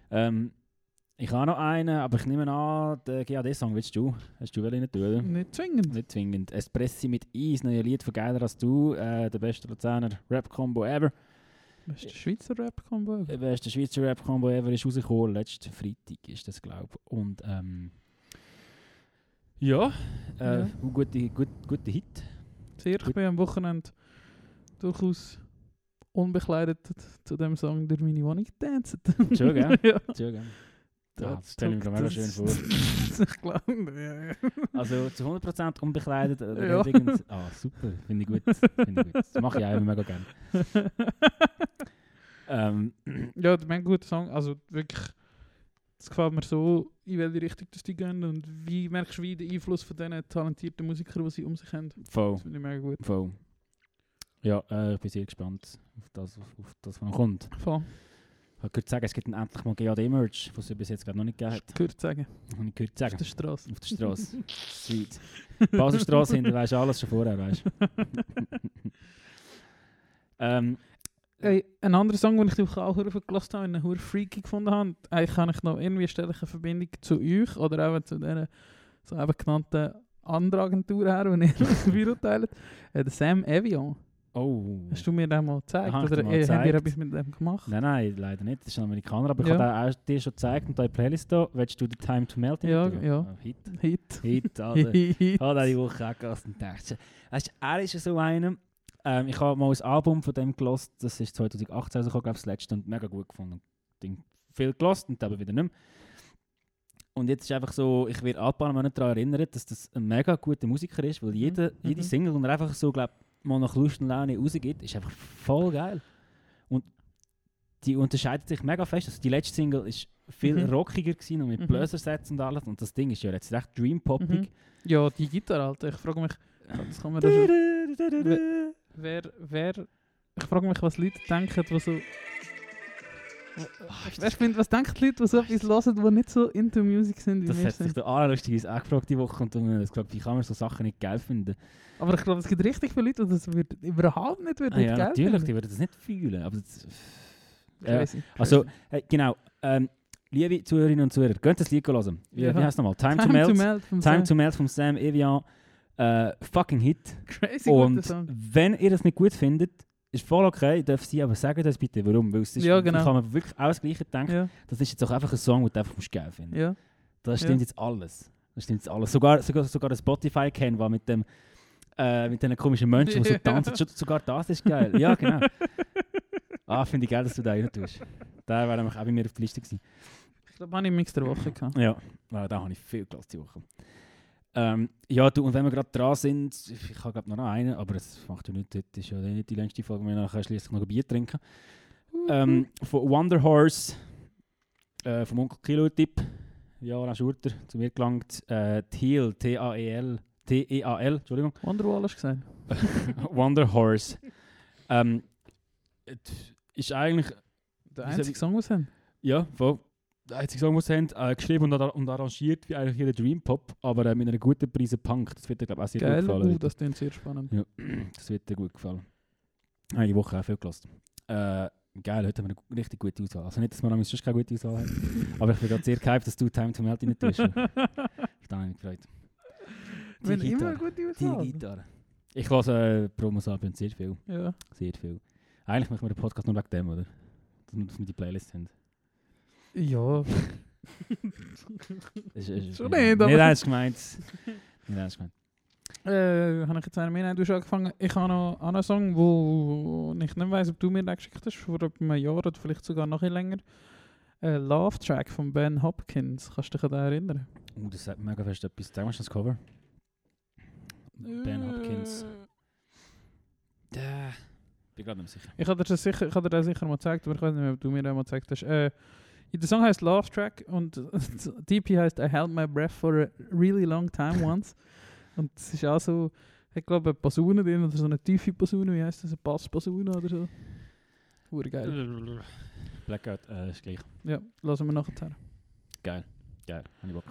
C: Ähm, ich habe noch einen, aber ich nehme an, den GAD-Song willst du? Hast du welchen nicht tun? oder?
B: Nicht zwingend.
C: Nicht zwingend. Espressi mit Eis, neue Lied von Geiler als du, äh, der beste Luzerner Rap-Combo ever.
B: Das ist der Schweizer Rap-Combo.
C: Der beste Schweizer Rap-Combo ever ist rausgekommen, letzten Freitag ist das, glaube ich. Und ähm, ja,
B: Ja.
C: äh, ein Gute, gut, guter Hit.
B: Sehr, ich bin am Wochenende durchaus unbekleidet zu dem Song durch meine Wohnung getanzt.
C: Schon, gell?
B: ja.
C: Schon, gell?
B: Ja,
C: Ja, das Ah, stelle ich mir mega
B: das-
C: schön vor.
B: ich glaube, ja, ja.
C: Also zu 100% unbekleidet oder
B: Ja.
C: irgend- Ah, super. Finde ich gut. Finde ich gut. Das mache ich auch immer mega gerne. Ähm,
B: Ja, der mega guter Song. Also wirklich, es gefällt mir so, in welche Richtung das die gehen und wie merkst du, wie den Einfluss von diesen talentierten Musikern, die sie um sich haben.
C: voll.
B: Das finde ich mega gut.
C: Voll. Ja, äh, ich bin sehr gespannt auf das, auf, auf das was noch kommt.
B: Voll.
C: Ich habe gehört sagen, es gibt dann endlich mal GAD-Merch, was es bis jetzt gerade noch nicht gegeben hat.
B: Gehört sagen.
C: Habe ich gehört
B: Auf
C: sagen.
B: der Straße.
C: Auf der Straße. Sweet. Baselstraße hinten, weisst du alles schon vorher, weisst du. ähm,
B: Hey, ein anderer Song, den ich natürlich auch sehr viel gelassen habe und einen sehr freaky gefunden habe, und eigentlich kann ich noch irgendwie stelle ich eine Verbindung zu euch oder eben zu dieser so eben genannten anderen Agentur her, die ihr das Büro teilt. Äh, der Sam Evian.
C: oh.
B: Hast du mir den mal gezeigt?
C: Aha, ich
B: oder
C: dir mal
B: äh, habt ihr
C: gezeigt.
B: etwas mit dem gemacht?
C: Nein, nein, leider nicht. Das ist ein Amerikaner, aber
B: Ja.
C: ich habe den auch dir schon gezeigt und deine Playlist hier. Willst du die Time to Melt
B: Ja,
C: rein tun?
B: ja.
C: Ah, Hit.
B: Hit.
C: Hit, Alter.
B: Hit.
C: habe diese Woche auch gelassen und dachte, weißt du, er ist ja so einer. Ähm, ich habe mal ein Album von dem gelost, das ist 2018 rausgekommen, glaube ich, das letzte und mega gut gefunden. Ding viel gelost und aber wieder nicht mehr. Und jetzt ist einfach so, ich werde ein paar Monate daran erinnert, dass das ein mega guter Musiker ist, weil jede, jede
B: Mhm.
C: Single, die er einfach so, glaube mal nach Lust und Laune rausgibt, ist einfach voll geil. Und die unterscheidet sich mega fest. Also die letzte Single ist viel
B: Mhm.
C: rockiger gewesen und mit
B: Mhm.
C: mhm. Blösersets und alles. Und das Ding ist ja jetzt recht dream-poppig.
B: Mhm. Ja, die eh, Gitarre, Alter. Ich frage mich, das kann man da schon,
C: Du-du-du-du-du.
B: wer, wer, ich frage mich, was Ah, Leute denken, die so... Weißt du, was denken die Leute, die so etwas hören, die nicht so into Music sind wie
C: Das
B: wir
C: hat sich
B: sind?
C: der Ara lustigerweise auch gefragt die Woche und dann haben wir gesagt, wie kann man so Sachen nicht geil finden?
B: Aber ich glaube, es gibt richtig viele Leute, die das würd, überhaupt nicht, würd,
C: Ah,
B: nicht
C: ja,
B: geil
C: natürlich, die
B: finden.
C: würden das nicht fühlen. Aber das, ja.
B: Crazy, crazy.
C: Also, hey, genau. Ähm, liebe Zuhörerinnen und Zuhörer, könnt das Lied hören. Wie,
B: Ja.
C: wie heißt es nochmal? Time,
B: Time
C: to Melt.
B: vom
C: Time
B: Sam.
C: to Melt von Sam Evian. Äh, fucking Hit.
B: Crazy guter
C: Und
B: Song.
C: wenn ihr das nicht gut findet, ist voll okay, darf sie aber sagen das bitte, warum. Weil es ist,
B: Ja, genau.
C: ich habe mir wirklich auch das Gleiche gedacht,
B: Ja,
C: das ist jetzt auch einfach ein Song, den du einfach musst geil finden
B: ja.
C: Das
B: Ja.
C: stimmt jetzt alles. Das stimmt jetzt alles. Sogar, sogar, sogar das Spotify kennen war mit dem äh, mit diesen komischen Menschen, die so
B: Ja.
C: tanzen. Schon- Sogar das ist geil. Ja, genau. ah, finde ich geil, dass du da rein tust. Der wäre nämlich auch bei mir auf der Liste gewesen.
B: Ich glaube, habe ich im Mix der Woche gehabt.
C: Ja, ah, da habe ich viel gelassen die Woche. Ähm, ja, du, und wenn wir gerade dran sind, ich habe glaube noch einen, aber das macht ja nichts, das ist ja eh nicht die längste Folge, wir nachher schließlich noch ein Bier trinken. Ähm, von Wonder Horse, äh, vom Onkel Kilo-Tipp, ja, Alain Schurter, zu mir gelangt, äh, Thiel, T-A-E-L, T-E-A-L, E Entschuldigung,
B: Wonderwall hast du gesagt.
C: Wonder Horse. Ähm, et- ist eigentlich
B: Der
C: Wieso-
B: einzige Song, den sie haben.
C: ja, voll. Der einzige Song, den sie haben, äh, geschrieben und, ar- und arrangiert wie eigentlich jeder Dream Pop, aber äh, mit einer guten Prise Punk. Das wird dir, glaube ich, auch sehr
B: Geil.
C: gut gefallen.
B: Uh, das klingt sehr spannend.
C: Ja, das wird dir gut gefallen. Habe ich die Woche auch viel gelassen. Äh, geil, heute haben wir eine gu- richtig gute Auswahl. Also nicht, dass wir sonst keine gute Auswahl haben, aber ich bin gerade sehr gehypt, dass du Time to Melt nicht tust. Da habe ich mich gefreut. Die
B: Wenn immer
C: Gitarre.
B: eine gute Auswahl.
C: Die Gitarre. Ich lasse äh, Promos ab und sehr viel.
B: Ja.
C: Sehr viel. Eigentlich machen wir den Podcast nur wegen dem, oder? Dass wir- Dass wir die Playlist haben.
B: Ja.
C: Ist, ist,
B: Schon nicht, aber-
C: Nicht ernst gemeint. nicht ernst gemeint.
B: Äh, habe ich jetzt einen mehr? Nein, du hast angefangen. Ich habe noch auch noch einen Song, wo ich nicht weiss, ob du mir den geschickt hast, vor etwa einem Jahr oder vielleicht sogar noch ein bisschen länger. Äh, Love Track von Ben Hopkins. Kannst du dich an den erinnern?
C: Oh, das sagt mega fest etwas. Sag mal schon das Cover. Ben Hopkins. Bin gerade nicht sicher.
B: Ich habe dir das sicher, ich habe dir das sicher mal gezeigt, aber ich weiß nicht mehr, ob du mir den mal gezeigt hast. Äh, Der Song heißt Love Track und die EP heißt I Held My Breath for a Really Long Time Once. und es ist auch so, ich glaube, eine Posaune drin oder so eine tiefe Posaune, wie heißt das? Eine Bassposaune oder so. Hure geil.
C: Blackout äh, ist gleich.
B: Ja, lassen wir nachher.
C: Geil. Geil. Hab ich Bock.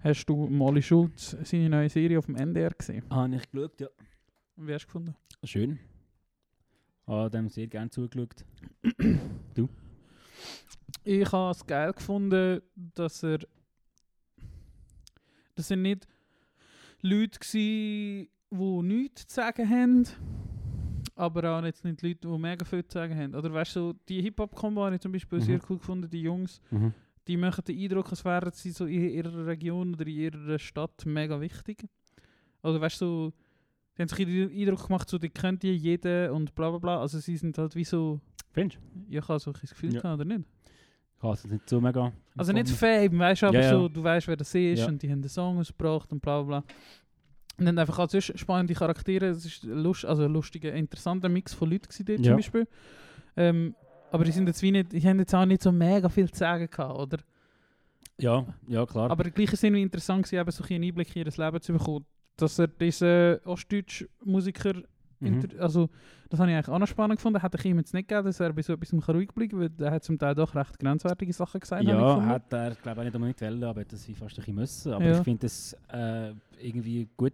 B: Hast du Molly Schulz seine neue Serie auf dem NDR gesehen?
C: Habe ich geschaut, ja.
B: Wie hast du gefunden?
C: Schön. Habe dem sehr gerne zugeschaut.
B: Ich habe es geil gefunden, dass er. Das sind nicht Leute, gsi, die nichts zu sagen haben, aber auch jetzt nicht Leute, die mega viel zu sagen haben. Oder weißt du, so die Hip-Hop-Kombo habe ich zum Beispiel
C: Mhm.
B: sehr cool gefunden, die Jungs. Die machen den Eindruck, als wären sie so in ihrer Region oder in ihrer Stadt mega wichtig. Also weißt du, so, die haben sich den Eindruck gemacht, so, die kennt ihr jeden und bla bla bla. Also sie sind halt wie so.
C: Findest du?
B: Ja, ich habe so ein Gefühl
C: Ja.
B: gehabt, oder nicht?
C: Ich habe es nicht so mega.
B: Also nicht
C: empfunden.
B: Fame, weißt du, aber
C: Ja, ja.
B: so, du weißt, wer das ist
C: Ja.
B: und die haben den Song ausgebracht und bla bla bla. Und dann einfach auch sonst spannende Charaktere, es ist lust, also ein lustiger, interessanter Mix von Leuten gewesen dort
C: Ja.
B: zum Beispiel. Ähm, aber die sind jetzt wie nicht, die haben jetzt auch nicht so mega viel zu sagen gehabt, oder?
C: Ja, ja, klar.
B: Aber gleiches sind wie interessant gewesen, eben so ein bisschen einen Einblick in ihr Leben zu bekommen, dass er diesen ostdeutschen Musiker
C: mhm.
B: Inter- Also, das habe ich eigentlich auch noch spannend gefunden. Hätte ich ihm jetzt nicht gegeben, dass er bei so etwas ruhig bleiben weil er hat zum Teil doch recht grenzwertige Sachen gesagt. habe ich
C: Ja,
B: gefunden.
C: hat er, glaube ich, nicht unbedingt wollen, aber hat das wie fast ein bisschen müssen. Aber
B: Ja.
C: ich finde das äh, irgendwie gut,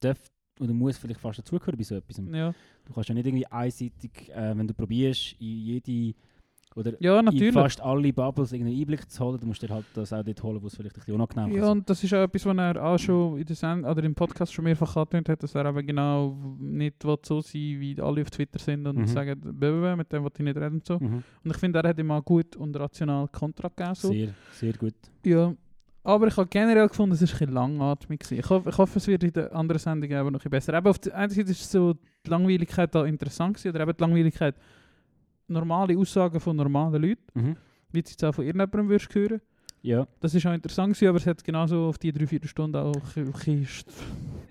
C: darf oder muss vielleicht fast dazugehören bei so etwas.
B: Ja.
C: Du kannst ja nicht irgendwie einseitig, äh, wenn du probierst, in jede oder
B: ja,
C: in
B: natürlich.
C: fast alle Bubbles irgendeinen Einblick zu holen, du musst dir halt das auch dort holen, wo es vielleicht ein bisschen unangenehm
B: Ja, und das ist auch etwas, was er auch schon in der Send oder im Podcast schon mehrfach angetönt hat, dass er eben genau nicht will so sein wie alle auf Twitter sind und
C: Mhm.
B: sagen, blablabla, mit dem will ich nicht reden und so.
C: ist. Mhm.
B: Und ich finde, er hat ihm auch gut und rational Kontrakt gegeben. So.
C: Sehr, sehr gut.
B: Ja. Aber ich habe generell gefunden, es war ein bisschen langatmig. gewesen. Ich hoffe, ich hoffe, es wird in den anderen Sendungen aber noch ein bisschen besser. Eben auf der einen Seite ist so die Langweiligkeit da interessant gewesen, oder eben die Langweiligkeit normale Aussagen von normalen Leuten,
C: Mhm.
B: wie du jetzt auch von irgendjemandem würdest hören.
C: Ja.
B: Das ist auch interessant gewesen, aber es hat genauso auf die drei, vier Stunden auch ein bisschen... st-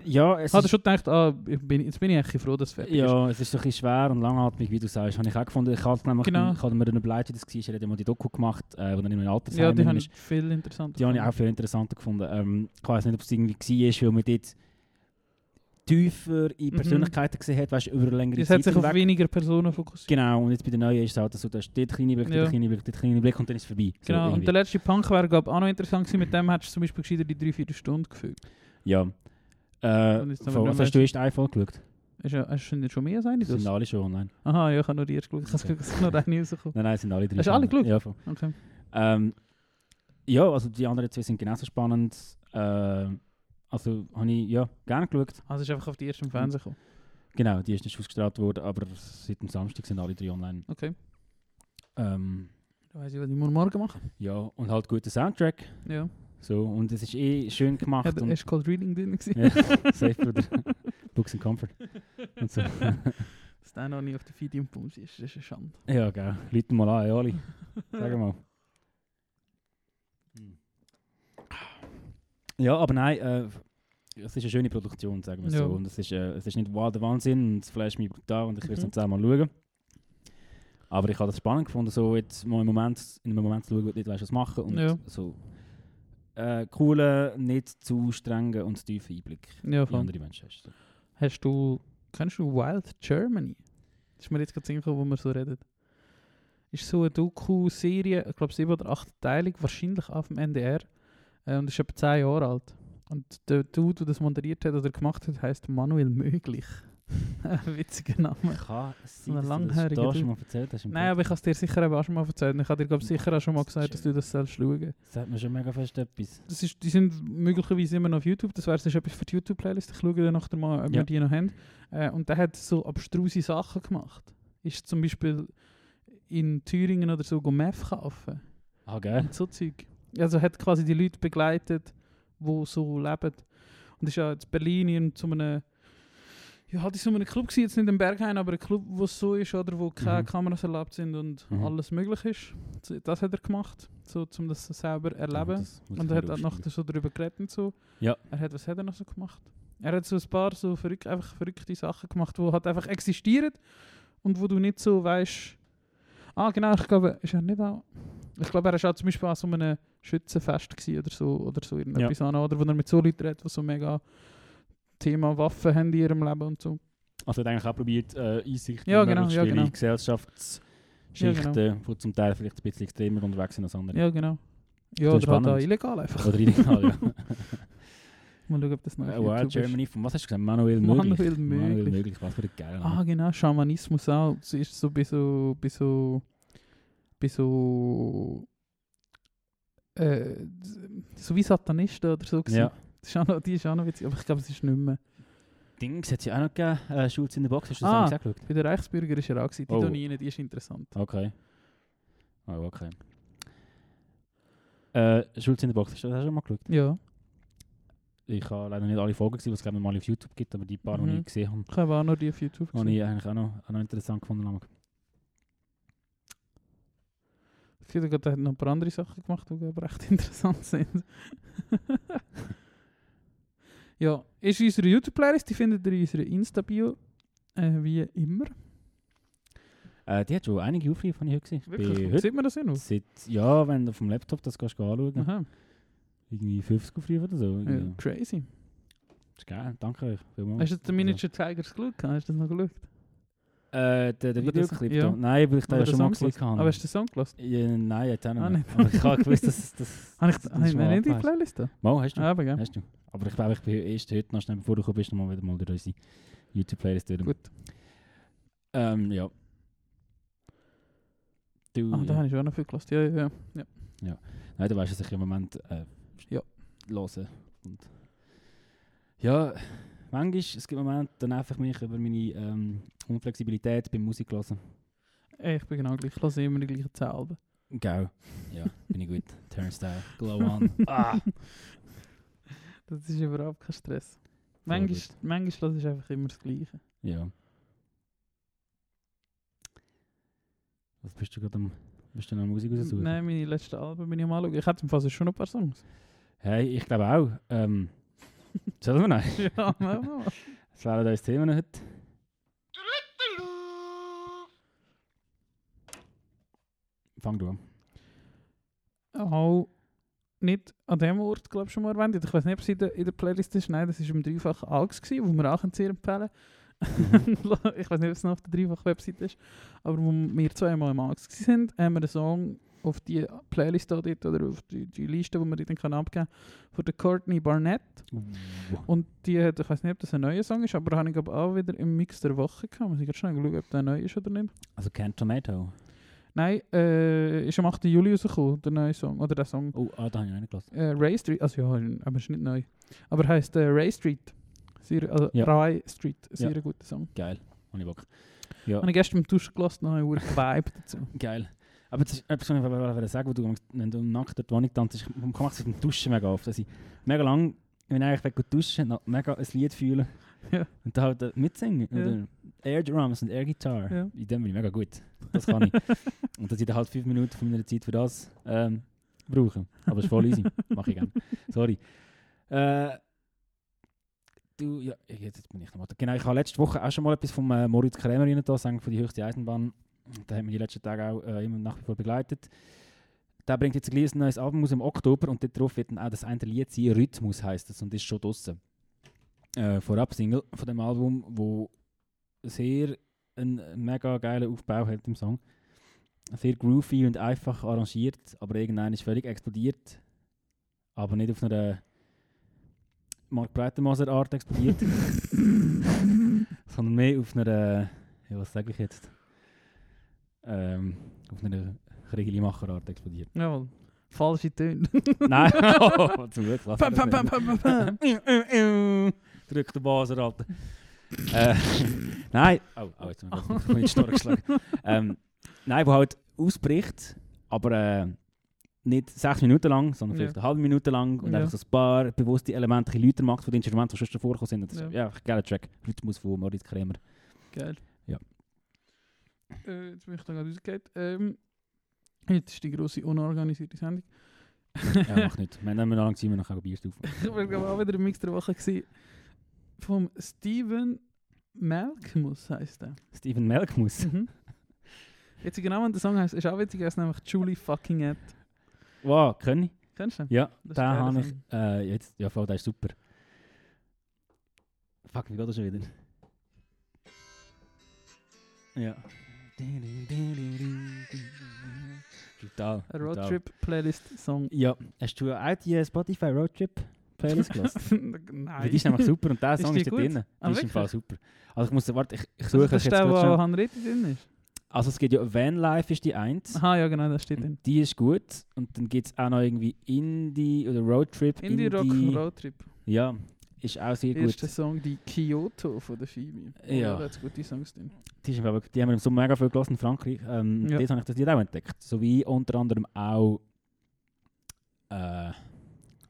C: Ja,
B: Ich
C: es
B: hatte
C: ist,
B: schon gedacht, ah, ich bin, jetzt bin ich eigentlich froh, dass es fertig ist.
C: ja, es ist so ein bisschen schwer und langatmig, wie du sagst. Habe ich auch gefunden. Ich habe nämlich,
B: Genau.
C: ich habe mir dann überlegt, wie das war. Er hat ja mal die Doku gemacht, äh, wo er in einem Altersheim
B: Ja, die
C: drin
B: habe
C: ist.
B: ich viel interessanter
C: Die habe ich auch
B: gefunden.
C: viel interessanter gefunden. Ähm, ich weiß nicht, ob es irgendwie war, weil man dort tiefer in
B: Mhm.
C: Persönlichkeiten gesehen hat, weißt du, über eine längere
B: Es
C: Zeit
B: hat sich auf
C: hinweg.
B: weniger Personen fokussiert.
C: Genau, und jetzt bei der neuen ist es halt so, da ist dort kleine Blick, dort
B: Ja.
C: kleine Blick, dort kleine Blick und dann ist es vorbei. So
B: Genau, und
C: irgendwie.
B: der letzte Punk wäre, glaube ich, auch noch interessant gewesen. Mit dem hättest du zum Beispiel gescheiter die drei, vier Stunden gefüllt.
C: ja.
B: Und jetzt
C: Äh,
B: haben wir
C: voll.
B: noch
C: was
B: mehr-
C: hast du erst einfach geschaut?
B: Ist ja, hast du nicht schon mehr sein?
C: Das sind alle schon online.
B: Aha, ja, ich habe nur die erste geschaut. Ich habe Genau. das Gefühl, es ist noch eine rausgekommen.
C: Nein, nein, es sind alle drei.
B: Hast du alle
C: schon-
B: geschaut?
C: Ja, voll.
B: Okay.
C: Ähm, ja, also die anderen zwei sind genauso spannend. Ähm, also habe ich ja, gerne geschaut.
B: Also ist einfach auf die erste im Fernsehen gekommen.
C: Genau, die ist nicht ausgestrahlt worden, aber seit dem Samstag sind alle drei online.
B: Okay.
C: Ähm,
B: Da weiss ich, was ich muss morgen machen
C: ja, und halt guter Soundtrack.
B: Ja.
C: So, und es ist eh schön gemacht.
B: Hat
C: und
B: erst Cold Reading drin gewesen.
C: ja, safe, Bruder. Books and Comfort. Und so.
B: Dass der noch nie auf der Feed im Pumps ist, das ist eine Schande.
C: ja, gell. Leute mal an, ey, alle. Sag mal. Hm. Ja, aber nein, äh, es ist eine schöne Produktion, sagen wir es
B: Ja.
C: so. Und es ist, äh, es ist nicht wow, der Wahnsinn und es flasht mich brutal und ich will es
B: Mhm.
C: noch zehnmal schauen. Aber ich habe das spannend gefunden, so jetzt mal im Moment, in einem Moment zu schauen, wo du nicht weißt, was machen und
B: Ja.
C: so äh, coolen, nicht zu strengen und zu tiefen Einblick
B: Ja,
C: in
B: voll.
C: andere Menschen hast.
B: Hast du... Kennst du Wild Germany? Das ist mir jetzt gerade Sinn gekommen, wo wir so reden. Ist so eine Doku-Serie, ich glaube sieben oder acht Teilung, wahrscheinlich auf dem NDR. Äh, und ist etwa zehn Jahre alt. Und der Dude, der das moderiert hat oder gemacht hat, heißt Manuel Möglich. Ein witziger Name.
C: Kann es
B: So ein
C: sein, dass du das
B: langhaariger
C: da
B: Typ.
C: schon mal erzählt hast? im
B: Nein, aber ich habe es dir sicher eben auch schon mal erzählt. und Ich habe dir glaub, sicher auch schon mal
C: Das ist
B: gesagt, dass du das selbst schauen.
C: Das sagt mir schon mega fest etwas.
B: Das ist, die sind möglicherweise immer noch auf YouTube. Das wäre sonst etwas für die YouTube-Playlist. Ich schaue dann nachher mal, ob
C: Ja.
B: wir die noch haben. Äh, und der hat so abstruse Sachen gemacht. Ist zum Beispiel in Thüringen oder so go Meth kaufen.
C: Ah, gell?
B: Und so Zeug. Also hat quasi die Leute begleitet, die so leben. Und ist ja in Berlin in so einem ja, hat in so einem Club gewesen, jetzt nicht im Berghain, aber ein Club, wo es so ist, oder wo keine
C: Mhm.
B: Kameras erlaubt sind und
C: Mhm.
B: alles möglich ist. So, Das hat er gemacht, so, um das selber erleben.
C: das muss ich
B: und er
C: mir
B: hat auch
C: aufschreiben.
B: nachher so darüber geredet und so.
C: Ja.
B: Er hat, was hat er noch so gemacht? Er hat so ein paar so verrück einfach verrückte Sachen gemacht, die halt einfach existieren und wo du nicht so weißt. Ah, genau, ich glaube, ist er nicht auch. Ich glaube, er war auch zum Beispiel an so einem Schützenfest gewesen oder so, oder so irgendetwas an, oder wo er mit so Leuten redet, die so mega Thema Waffen haben in ihrem Leben und so.
C: Also hat eigentlich auch probiert, äh, Einsicht
B: Ja,
C: in
B: genau,
C: möglichst
B: ja,
C: viele
B: genau.
C: Gesellschaftsschichten,
B: Ja,
C: die zum Teil vielleicht ein bisschen extremer unterwegs sind als andere.
B: Ja, genau. Ja,
C: Das
B: oder halt
C: ist
B: auch
C: spannend.
B: illegal einfach.
C: Oder illegal, ja.
B: Mal schauen, ob das noch auf
C: Äh, Wild
B: YouTube ist.
C: Germany von, was hast du gesagt? Manuel
B: Manuel
C: Möglich.
B: Möglich.
C: was für ein geiler
B: Ah,
C: Name.
B: genau, Schamanismus auch. Es ist so bei so. Bei so, bei so äh, so wie Satanisten oder so. gewesen.
C: Ja.
B: Das ist auch noch, die ist auch noch witzig, aber ich glaube, es ist nicht mehr.
C: Dings hat es ja auch noch gegeben, äh, Schulz in der Box, hast du das
B: Ah.
C: auch nicht gesehen?
B: Bei der Reichsbürger ist er auch gewesen. Die
C: Oh.
B: oh. nie, die ist interessant.
C: Okay. Oh, okay. Äh, Schulz in der Box, hast du das auch schon mal geschaut?
B: Ja,
C: Ich habe leider nicht alle Folgen gesehen, die es glaube ich mal auf YouTube gibt, aber die paar, die
B: Mhm.
C: ich gesehen habe,
B: ich habe auch noch die auf YouTube
C: habe
B: gesehen.
C: ich eigentlich auch noch, auch noch interessant gefunden. Habe.
B: Es gibt gerade- er hat noch ein paar andere Sachen gemacht, die aber echt interessant sind. ja, ist unsere YouTube-Playlist, die findet ihr in unserer Insta-Bio. Äh, wie immer.
C: Äh, die hat schon einige Aufrufe, habe ich heute gesehen. Ich bin
B: Wirklich?
C: heute
B: Sieht man das hin aus?
C: seit, ja, wenn du auf dem Laptop das kannst, anschauen kannst,
B: Aha,
C: irgendwie 50 Aufrufe oder so.
B: ja. Also.
C: Ja.
B: crazy.
C: Das ist geil, danke euch. Vielmals.
B: Hast du den Miniature Tigers geschaut? Hast du das noch geschaut?
C: Äh, der, der
B: Oder
C: Videoclip
B: das- ja.
C: da? Nein, weil ich den
B: Oder
C: ja
B: den
C: schon
B: Song
C: mal gesehen
B: gehört?
C: habe.
B: Aber hast du den Song gelesen?
C: ja, nein, jetzt auch nicht
B: Ah,
C: mehr.
B: nicht.
C: Aber ich habe gewusst, dass das...
B: Habe ich,
C: das
B: habe ich
C: mal
B: mir nicht in die
C: abgehakt.
B: Playlist? da?
C: Mal, hast du.
B: Ah, eben, gell?
C: Hast du. Aber ich glaube, ich bin erst heute noch schnell, bevor du gekommen bist, noch mal wieder mal durch unsere YouTube-Playlist durch.
B: Gut.
C: Ähm, ja. Du,
B: Ah, da
C: ja.
B: habe ich auch noch viel gelesen. Ja, ja, ja.
C: Nein, du weißt, dass ich im Moment äh,
B: Ja.
C: höre. Und ja, manchmal, es gibt Momente, dann einfach mich über meine ähm, Unflexibilität beim Musik hören.
B: Ey, ich bin genau gleich. Ich lasse immer die gleichen zehn Alben.
C: Gau. Ja, bin ich gut. Turnstyle, Glow On. Ah!
B: Das ist überhaupt kein Stress. Manchmal, manchmal lasse ich einfach immer das Gleiche.
C: Ja. Was bist du gerade am... Bist du noch am Musik raussuchen?
B: Nein, meine letzten Alben bin ich am anschauen. Ich hatte im Fall schon noch ein paar Songs.
C: Hey, ich glaube auch. Ähm, sollen wir noch?
B: ja, mach mal.
C: Das wäre das Thema noch heute. Fang du an.
B: auch nicht an dem Ort, glaube ich, schon mal erwähnt. hat. Ich weiß nicht, ob es in der, in der Playlist ist. Nein, das war im Dreifach Alks, gewesen, wo wir auch sehr empfehlen Ich weiß nicht, ob es noch auf der Dreifach-Website ist. Aber wo wir zweimal im Alks waren, haben wir einen Song auf die Playlist da dort, oder auf die, die Liste, die wir dann können abgeben können, von der Courtney Barnett. Und die hat, ich weiß nicht, ob das ein neuer Song ist, aber habe ich glaube auch wieder im Mix der Woche gehabt. Muss ich gerade schnell schauen, ob der neu ist oder nicht.
C: Also Can Tomato.
B: Nein, äh, ist am 8. Juli rausgekommen, der neue Song, oder der Song.
C: Oh, ah, da habe ich noch nicht gelassen.
B: äh, Ray Street, also ja, aber ist nicht neu. Aber heißt äh, Ray Street. Sehr, also
C: Ja.
B: Ray Street, sehr
C: Ja.
B: ein guter Song.
C: Geil. Habe ich Bock. Ja.
B: Habe ich gestern im Dusch gelassen und habe einen verdammten Vibe dazu.
C: Geil. Aber das ist etwas, was ich wollte sagen, wo du, wenn du nackt dort Wohnung tanzt, ich- man macht es mit dem Duschen mega oft. Also ich, mega lang, wenn ich eigentlich duschen noch mega ein Lied fühlen
B: Ja.
C: und da halt äh, mitsingen.
B: Ja.
C: Oder Air Drums und Air Guitar.
B: Ja.
C: In dem bin ich mega gut. Das kann ich. und dass ich dann halt fünf Minuten von meiner Zeit für das ähm, brauche. Aber es ist voll easy. Mache ich gerne. Sorry. Äh, du, ja, ich- jetzt jetzt bin ich noch mal. Genau, ich habe letzte Woche auch schon mal etwas von äh, Moritz Krämer rein da, Sänger von die höchste Eisenbahn. Der hat mich die letzten Tage auch äh, immer nach wie vor begleitet. Der bringt jetzt gleich ein neues Album aus im Oktober und dort drauf wird dann auch das eine Lied sein, Rhythmus heißt es und ist schon draussen. Äh, Vorab-Single von dem Album, wo sehr einen mega geilen Aufbau hat im Song. Sehr groovy und einfach arrangiert, aber irgendwann ist völlig explodiert. Aber nicht auf einer Mark Breitenmaser Art explodiert, sondern mehr auf einer, ja, was sage ich jetzt, ähm, auf einer Krieglimacher Art explodiert.
B: Jawohl. Falsche Töne.
C: Nein, oh, zum Glück lass
B: Pam,
C: das
B: pam, pam,
C: nicht.
B: pam, pam, pam. mm.
C: Drück den Baser, Alter. äh, nein. Oh, oh jetzt habe ich den Stor geschlagen. ähm, nein, wo halt ausbricht, aber äh, nicht sechs Minuten lang, sondern
B: Ja.
C: vielleicht eine halbe Minute lang und
B: Ja.
C: einfach so ein paar bewusste Elemente ein bisschen lauter macht von den Instrumenten, die schon davor gekommen sind. Das
B: Ja.
C: ist ja, ein geiler Track. Rhythmus von Moritz Kremer.
B: Geil.
C: Ja.
B: Äh, jetzt bin ich da gerade rausgegangen. Ähm, jetzt ist die grosse unorganisierte Sendung.
C: Ja, macht nicht. Wir nehmen noch lange Zeit, wir nachher Bier auf.
B: ich war glaub, auch wieder im Mix der Woche. Gewesen. vom Steven Malkmus heisst er.
C: Steven Melkmus.
B: Mhm. Jetzt genau, wenn der Song heisst, ist auch witzig, er ist nämlich Julie fucking Ed.
C: Wow, kann ich?
B: Kennst du den?
C: Ja,
B: Das
C: den
B: ist ein geiler
C: habe ich.
B: Song.
C: Äh, jetzt, ja, voll, der ist super. Fuck, wie geht das schon wieder? Ja. Brutal.
B: Ein
C: brutal.
B: Roadtrip-Playlist-Song.
C: Ja, hast du auch die äh, Spotify Roadtrip Playlist gelassen?
B: Nein.
C: Die ist nämlich super und der
B: Ist
C: Song
B: die
C: ist, da
B: gut?
C: drin.
B: Ah,
C: Die ist im
B: wirklich?
C: Fall super. Also ich muss, warte, ich, ich
B: Also
C: suche
B: das
C: es
B: ist
C: jetzt
B: der,
C: gerade
B: wo
C: schon.
B: Henriette drin ist.
C: Also es geht ja, Vanlife ist die eins.
B: Aha, ja genau, das steht drin.
C: Und Die ist gut. Und dann gibt es auch noch irgendwie Indie oder Roadtrip.
B: Indie-Rock und Roadtrip.
C: Ja, ist auch sehr gut.
B: Erster Song, die Kyoto von der Phoebe. Oh,
C: Ja.
B: Da hat gute Songs drin.
C: Die, ist, im Fall wirklich- die haben wir im Sommer mega viel gelassen in Frankreich. Ähm,
B: Ja.
C: Dort habe ich das Lied auch entdeckt. Sowie unter anderem auch. Äh,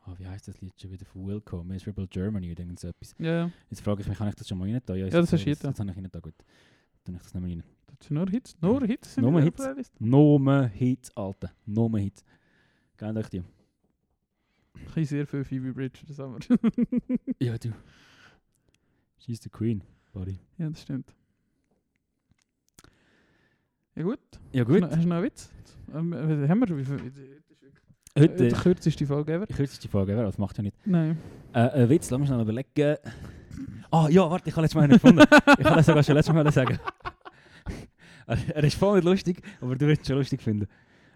C: oh, wie heißt das Lied schon wieder von Wilco? Miserable Germany oder irgend so etwas.
B: Ja, ja.
C: Jetzt frage ich mich, kann ich das schon mal rein tun?
B: Ja, das hast du
C: jetzt.
B: rein.
C: Jetzt habe ich rein da gut. Dann ich das nicht mehr rein.
B: Das sind nur Hits. Nur Hits sind
C: Nur
B: in der
C: Hits.
B: Playlist.
C: Nomen Hit, Alter. Nomen Hit. Geil euch die.
B: Ich habe sehr viel Phoebe Bridgers, aber...
C: Ja, du. She's the Queen, buddy.
B: ja, das stimmt. Ja gut.
C: Ja,
B: Hast
C: gut.
B: du noch- Hast du noch einen Witz? Ähm, äh, haben wir... Wie viel? Äh,
C: Heute.
B: die kürzeste Folge ever.
C: Ich kürzeste Folge, aber das macht ja nicht.
B: Nein.
C: Äh, ein Witz, lass mich schnell überlegen. Ah, ja, warte, ich habe letztes Mal einen gefunden. ich habe das sogar schon letztes Mal wollen sagen. er er ist voll nicht lustig, aber du wirst ihn schon lustig finden.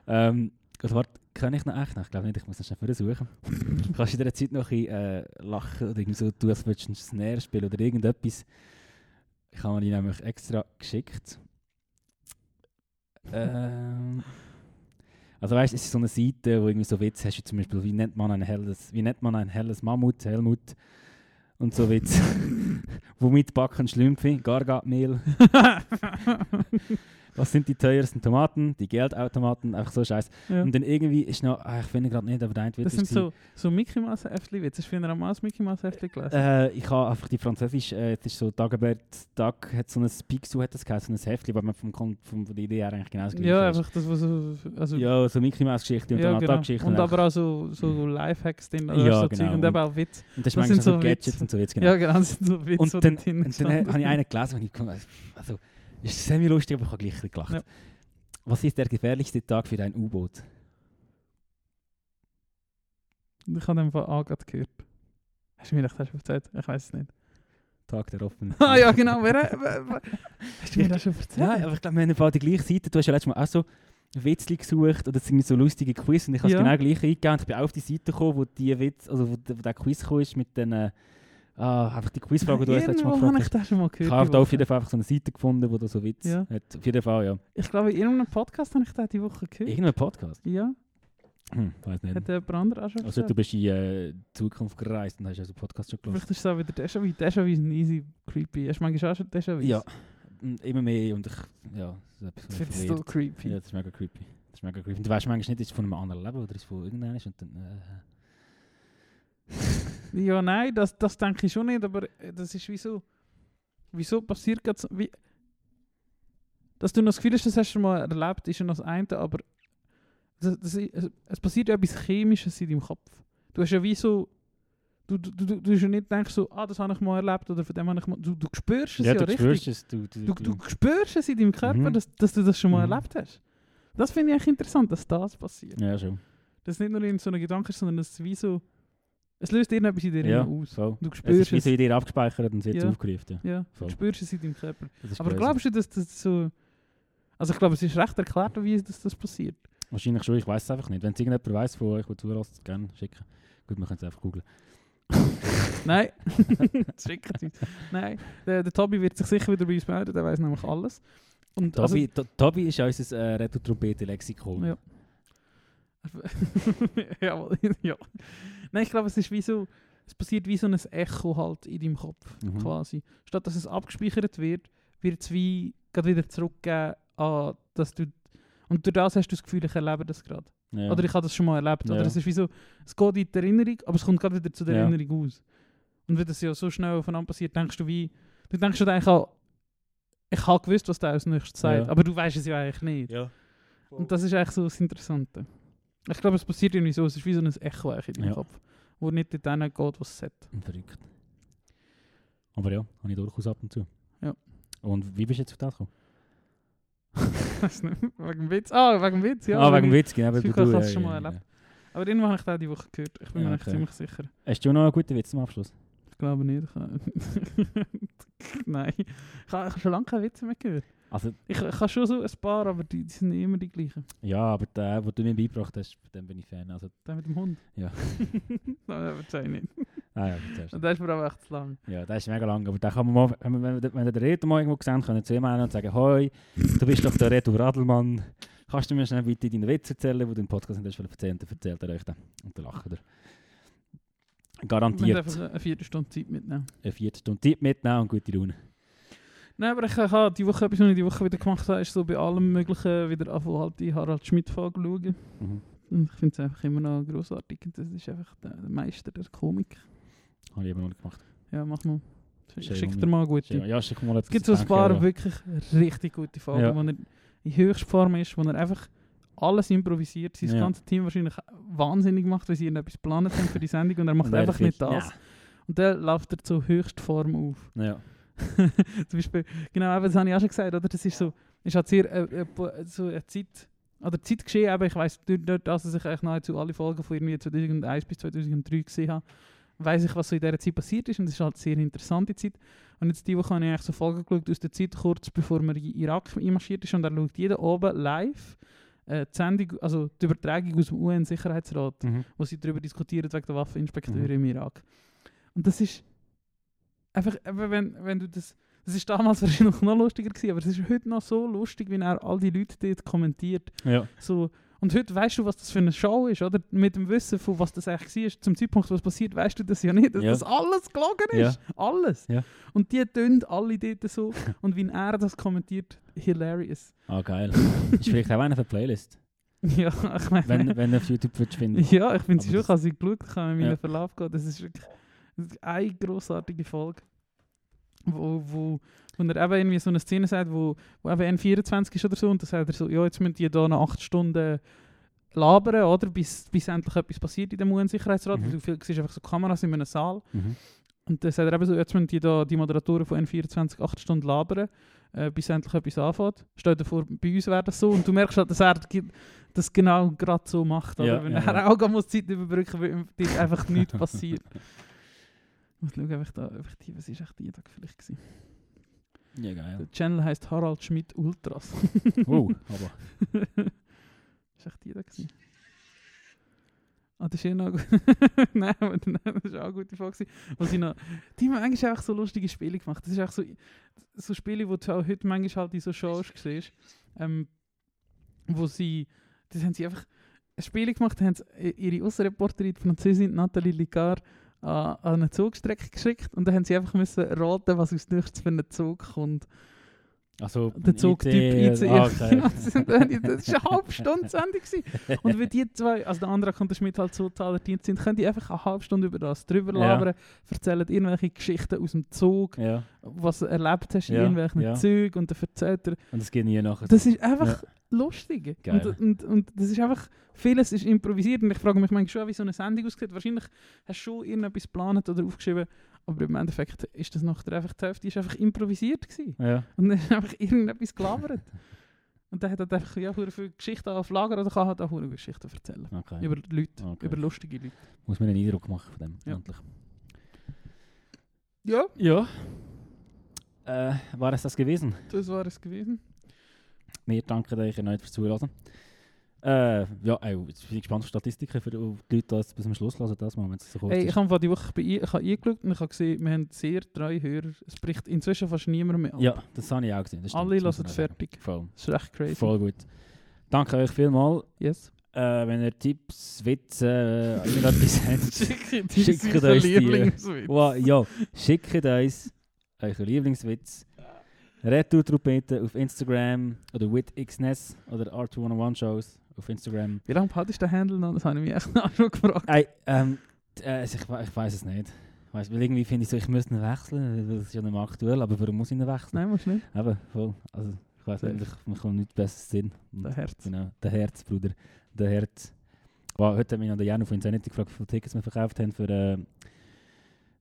C: Ähm, also warte, kann ich noch echt noch? Ich glaube nicht, ich muss das schnell suchen. Kannst du in dieser Zeit noch ein bisschen, äh, lachen oder irgendwie so, du als würdest du ein Snare spielen oder irgendetwas. Ich habe ihn nämlich extra geschickt. Ähm, also weißt du, es ist so eine Seite, wo irgendwie so Witze hast, wie zum Beispiel, wie nennt man ein helles, wie nennt man ein helles Mammut, Helmut und so Witze. Womit backen Schlümpfe, Gargatmehl. Was sind die teuersten Tomaten? Die Geldautomaten, einfach so Scheiß.
B: Ja.
C: Und dann irgendwie ist noch, ah, ich finde gerade nicht, aber der eine Witz
B: Das sind
C: ist
B: so, so Mickey Mouse Heftli Witze. Hast du früher am Maus Mickey Mouse Heftli gelesen?
C: Äh, ich habe einfach die Französisch, äh, das ist so Dagobert Dag hat so ein Picsou, hat das geheißen, so ein Heftchen, weil man vom, Kon- vom, von der Idee her eigentlich genau das
B: ja,
C: ist.
B: einfach das, was so... Also,
C: Ja, so Mickey Mouse Geschichte und
B: Ja,
C: dann
B: genau.
C: Geschichte.
B: Und aber auch so, so Lifehacks drin oder
C: Hmm. Ja,
B: so
C: genau.
B: Zeug und eben auch Witz.
C: und das ist
B: das
C: manchmal
B: sind
C: so
B: so
C: Gadgets
B: Witze.
C: und so jetzt, genau.
B: Ja, genau, das sind so Witze,
C: und
B: die
C: dann,
B: dort hinten
C: und dann
B: standen.
C: habe ich einen gelesen und ich gefunden, also, ist semi lustig, aber ich habe gleich gelacht.
B: Ja.
C: Was ist der gefährlichste Tag für ein U-Boot?
B: Ich habe den von Agat gehört. Hast du mir gedacht, hast du erzählt? Ich weiß es nicht.
C: Tag der offenen.
B: Ah ja, genau. Wer, wer, wer, hast du mir das schon erzählt?
C: Nein, aber ich glaube, wir haben im Fall die gleiche Seite. Du hast ja letztes Mal auch so Witzli gesucht oder irgendwie so lustige Quiz und ich habe
B: Ja.
C: es genau gleich eingegeben. Und ich bin auch auf die Seite gekommen, wo, die Witz, also wo, der- wo der Quiz gekommen ist mit den... Äh, ah, einfach die Quizfragen, die du uns letztes Mal
B: Irgendwo habe ich
C: gefragt hast.
B: das schon mal gehört.
C: Ich habe da
B: die
C: auf
B: Woche.
C: jeden Fall einfach so eine Seite gefunden, wo da so Witz
B: Ja.
C: hat. Auf jeden Fall, ja.
B: Ich glaube, in irgendeinem Podcast habe ich das die Woche gehört.
C: Irgendein Podcast?
B: Ja,
C: Hm, weiß nicht.
B: hat jemand anderes auch schon
C: Also
B: gesagt.
C: du bist in äh, die Zukunft gereist und hast also Podcast schon gehört.
B: Vielleicht ist es auch wieder Déjà-vu. Déjà-vu ist ein easy creepy. Hast du manchmal auch schon Déjà-vu?
C: Ja, und immer mehr und ich, ja, das ist etwas
B: Ich
C: was
B: finde es
C: mich
B: so
C: verwirrt.
B: creepy.
C: Ja, das ist mega creepy. Das ist mega creepy. Und du weißt manchmal nicht, ist es von einem anderen Leben oder ist es von irgendeinem und dann, äh.
B: Ja, nein, das, das denke ich schon nicht, aber äh, das ist wieso. Wieso passiert gerade so. Wie, dass du noch das Gefühl hast, das hast du schon mal erlebt, ist ja noch das eine, aber das, das, i- es, es passiert ja etwas Chemisches in deinem Kopf. Du hast ja wie so. Du, du, du, du hast ja nicht denkst so, ah, das habe ich mal erlebt oder von dem habe ich mal. Du, du spürst es ja,
C: ja, du
B: richtig.
C: spürst es, du, du,
B: Du, du spürst es in deinem Körper,
C: Mhm.
B: dass, dass du das schon mal
C: Mhm.
B: erlebt hast. Das finde ich eigentlich interessant, dass das passiert.
C: Ja, schon.
B: Dass es nicht nur in so einem Gedanken ist, sondern dass es wie so. Es löst irgendetwas in dir
C: Ja,
B: aus.
C: voll.
B: Du
C: Es
B: spürst
C: ist wie
B: es.
C: so in dir abgespeichert und sie jetzt
B: Ja.
C: aufgerufen. Ja.
B: Ja,
C: Voll.
B: du spürst es in deinem Körper.
C: Das ist
B: Aber
C: crazy.
B: glaubst du, dass das so. Also, ich glaube, es ist recht erklärt, wie das, das passiert.
C: Wahrscheinlich schon, ich weiß es einfach nicht. Wenn es irgendjemand weiß von euch, der zulässt, gerne schicken. Gut, wir können es einfach googeln.
B: Nein, schickt uns. Nein, der, der Tobi wird sich sicher wieder bei uns melden, der weiß nämlich alles. Und also-
C: Tobi, To- Tobi ist ja unser äh, Retro-Trompete-Lexikon.
B: Ja. Jawohl, ja. Nein, ich glaube, es ist wie so, es passiert wie so ein Echo halt in deinem Kopf
C: Mhm.
B: quasi. Statt dass es abgespeichert wird, wird es wie gerade wieder zurückgegeben an, dass du und durch das hast du das Gefühl, ich erlebe das gerade.
C: Ja.
B: Oder ich habe das schon mal erlebt. Oder
C: Ja.
B: es ist wie so, es geht in die Erinnerung, aber es kommt gerade wieder zu der
C: Ja.
B: Erinnerung aus. Und wenn das ja so schnell aufeinander passiert, denkst du wie, du denkst schon eigentlich auch, ich habe gewusst, was der als nächstes sagt,
C: Ja.
B: aber du weißt es ja eigentlich nicht. Und das ist eigentlich so das Interessante. Ich glaube, es passiert irgendwie so, es ist wie so ein Echo eigentlich in deinem
C: Ja.
B: Kopf, wo nicht in denen geht, was es hat.
C: Verrückt. Hm, Aber ja, habe ich durchaus ab und zu.
B: Ja.
C: Und wie bist du jetzt auf das gekommen?
B: Weiss nicht, wegen dem Witz. Ah, wegen dem Witz, ja.
C: ah, wegen dem
B: Wegen-
C: Witz, genau. aber
B: Psycho
C: du,
B: hast du
C: äh,
B: schon mal
C: ja,
B: erlebt. Aber irgendwann habe ich den die Woche gehört. Ich bin
C: Ja,
B: mir echt
C: okay.
B: ziemlich sicher.
C: ja. äh, Hast du noch einen guten Witz zum Abschluss?
B: Ich glaube nicht. Ich kann- Nein. Ich habe ich habe schon lange keinen Witz mehr gehört.
C: Also,
B: Ich, ich habe schon so ein paar, aber die, die sind immer die gleichen.
C: ja, aber der, den du mir beigebracht hast, von dem bin ich Fan. Also,
B: Der mit dem Hund.
C: Ja.
B: Nein, den verzeih ich nicht.
C: ah, ja, gut, zuerst.
B: Und der ist mir aber echt zu lang.
C: ja, der ist mega lang. Aber den kann man mal, wenn wir wenn wir den Reto mal irgendwo sehen, können wir zu ihm hin und sagen: Hoi, du bist doch der Reto Radlmann. Kannst du mir schnell bitte deinen Witz erzählen, den du im Podcast dus nicht hast erzählen Und dann erzählt er euch den. Und dann lacht er.
B: Wir
C: Garantiert
B: dürfen so eine Viertelstunde Zeit mitnehmen.
C: eine Viertelstunde Tipp mitnehmen und gute Laune.
B: Nein, aber ich habe die Woche etwas, was ich die Woche wieder gemacht habe, ist so bei allem Möglichen wieder anfangen, halt die Harald Schmidt-Folge schauen.
C: Mhm.
B: Und ich finde es einfach immer noch grossartig. Das ist einfach der der Meister der Komik.
C: Habe ich eben noch nicht gemacht.
B: Ja, mach mal. Ich
C: Schön,
B: schick dir
C: Junge.
B: mal gute.
C: Ja, ja, schick mal etwas
B: Es gibt so ein
C: zu denken,
B: paar
C: ja.
B: wirklich richtig gute Folgen,
C: Ja.
B: wo er in höchster Form ist, wo er einfach alles improvisiert, sein
C: Ja.
B: ganzes Team wahrscheinlich wahnsinnig macht, weil sie irgendetwas geplant haben für die Sendung und er macht
C: Und er
B: einfach nicht
C: findet-
B: das. Und dann läuft er zur Höchstform auf.
C: Ja. ja.
B: Zum Beispiel, genau, eben, das habe ich auch schon gesagt, oder? Das ist so, ist halt sehr äh, äh, po- so eine Zeit, oder Zeitgeschehen, aber ich weiß durch durch das, dass ich eigentlich nahezu alle Folgen von irgendwie 2001 bis 2003 gesehen habe, weiß ich, was so in dieser Zeit passiert ist und es ist halt eine sehr interessante Zeit. Und jetzt die Woche habe ich eigentlich so Folgen geschaut aus der Zeit, kurz bevor man in Irak einmarschiert ist und er schaut jeden oben live äh, die Sendung, also die Übertragung aus dem UN-Sicherheitsrat
C: Mhm.
B: wo sie darüber diskutieren wegen der Waffeninspekteure
C: Mhm.
B: im Irak. Und das ist einfach, eben wenn, wenn du das, das ist damals wahrscheinlich noch lustiger gewesen, aber es ist heute noch so lustig, wie er all die Leute dort kommentiert.
C: ja.
B: So, und heute weißt du, was das für eine Show ist, oder? Mit dem Wissen von was das eigentlich war, zum Zeitpunkt, was passiert, weißt du das ja nicht, dass
C: Ja.
B: das alles gelogen ist. Alles.
C: Ja.
B: Und die tun alle dort so. und wie er das kommentiert, hilarious.
C: Ah, geil. ist vielleicht auch einer für die Playlist.
B: ja, ich meine.
C: Wenn, wenn du auf YouTube würdest finden.
B: Ja, ich finde sie
C: Aber
B: schon,
C: das-
B: als ich geschaut habe, in meinen
C: Ja.
B: Verlauf gehen. Das ist wirklich das ist eine grossartige Folge. Wo, wo, wo er eben irgendwie so eine Szene sagt, wo, wo eben N24 ist oder so, und dann sagt er so, ja, jetzt müssen die hier noch 8 Stunden labern, oder? Bis, bis endlich etwas passiert in dem UN-Sicherheitsrat.
C: Mhm.
B: weil Du viel- siehst einfach so Kameras in einem Saal.
C: Mhm.
B: Und dann sagt er eben so, jetzt müssen die, da, die Moderatoren von N24 8 Stunden labern, äh, bis endlich etwas anfängt. Stell dir vor, bei uns wäre das so. Und du merkst halt, dass er ge- das genau gerade so macht. Oder?
C: Ja,
B: Wenn
C: ja,
B: er
C: ja.
B: auch gerade muss die Zeit überbrücken weil dort einfach nichts passiert. Ich muss schauen, ob ich da, ob ich die, was ist echt die Tag vielleicht gewesen?
C: Ja, geil.
B: Der Channel heisst Harald Schmidt Ultras.
C: Wow, aber.
B: ist echt die Tag gewesen? Ah, das ist eh noch gut. nein, aber nein, das war auch eine gute Frage. gewesen. Was ich noch, die haben manchmal einfach so lustige Spiele gemacht. Das ist auch so, so Spiele, die du auch heute manchmal halt in so Shows siehst. Ähm, wo sie, das haben sie einfach ein Spiel gemacht, haben sie i- ihre Außenreporterin, die Französin Nathalie Ligard, an, an eine Zugstrecke geschickt und dann haben sie einfach müssen raten, was als nächstes für einen Zug kommt.
C: Also,
B: Der Zugtyp ICE.
C: Ah, okay.
B: Also, das war eine halbe Stunde Sendung. gewesen. Und wenn die zwei, also der andere und der Schmidt halt so talerdienst sind, können die einfach eine halbe Stunde über das drüber
C: Ja.
B: labern, erzählen irgendwelche Geschichten aus dem Zug,
C: ja.
B: was du erlebt hast in
C: Ja,
B: irgendwelchen
C: ja.
B: Zügen und dann erzählt er.
C: Und es geht nie nachher.
B: Das ist einfach lustig.
C: Geil.
B: Und, und, und das ist einfach, vieles ist improvisiert und ich frage mich manchmal schon, wie so eine Sendung aussieht. Wahrscheinlich hast du schon irgendetwas geplant oder aufgeschrieben, aber im Endeffekt ist das nachher einfach die Hälfte, ist einfach improvisiert gewesen.
C: Ja.
B: Und dann ist einfach irgendetwas gelabert. Und dann hat er einfach ja, verdammt viele Geschichten auf Lager oder kann halt auch verdammt viele Geschichten erzählen.
C: Okay.
B: Über Leute,
C: Ah, Okay.
B: über lustige Leute.
C: Muss man einen Eindruck machen von dem,
B: Ja.
C: endlich.
B: Ja,
C: Ja. Äh, war es das gewesen?
B: das war es gewesen.
C: Wir danken euch erneut fürs Zuhören. Äh, ja, ey, jetzt bin ich gespannt auf Statistiken für die Leute, die es bis zum Schluss lassen, das mal, wenn es so kurz
B: Hey,
C: ist.
B: ich habe vor die Woche bei, ich habe eingeschaut und ich habe gesehen, wir haben sehr treue Hörer. Es bricht inzwischen fast niemand mehr an.
C: Ja, das habe ich auch gesehen. das stimmt,
B: Alle
C: das muss
B: hören
C: man auch sagen.
B: fertig.
C: Voll,
B: Das ist recht crazy.
C: voll gut. Danke euch vielmals.
B: Yes.
C: Äh, wenn ihr Tipps, Witze, äh, irgendetwas habt,
B: Schickt
C: Schickt
B: uns
C: uns die- äh,
B: Lieblingswitz.
C: wow, ja, schickt uns euren Lieblingswitz. Retour-Trompete auf Instagram oder with XNES oder R211-Shows auf Instagram.
B: Wie lange behaltest du den Handel noch? Das habe ich mich echt auch schon gefragt.
C: Ey, ähm, d- äh, ich, we- ich weiß es nicht. Weiss, weil irgendwie finde ich so, ich müsste ihn wechseln, weil das ist ja nicht mehr aktuell, aber warum muss ich ihn wechseln?
B: Nein, musst du nicht.
C: Eben, voll. Also, ich weiß nicht, ich, mir kommt nichts Besseres Sinn.
B: Der Herz.
C: Genau, der Herz, Bruder. Der eh, Herz. Wow, heute hat mich noch der Janu von Insanity gefragt, wie viele Tickets wir verkauft haben für, äh,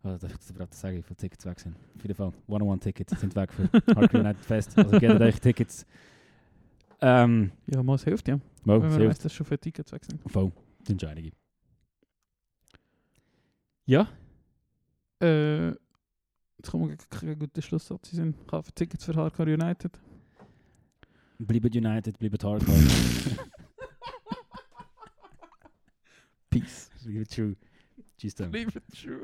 C: Also darf ich das überhaupt sagen, wie viele Tickets weg sind? Auf jeden Fall, 101-Tickets sind weg für Hardcore United Fest. Also gebt euch Tickets. Ähm,
B: Ja, mal, es hilft ja.
C: mal,
B: wenn
C: es
B: man
C: hilft.
B: weiss, dass schon viele Tickets weg sind.
C: Voll, das sind schon einige. Ja,
B: Äh, jetzt kommen wir gegen keinen guten Schlusssatz. Sie sind kaufen Tickets für Hardcore United.
C: bleibt United, bleibt Hardcore.
B: Peace.
C: bleibt true. Tschüss zusammen.
B: Leave it true.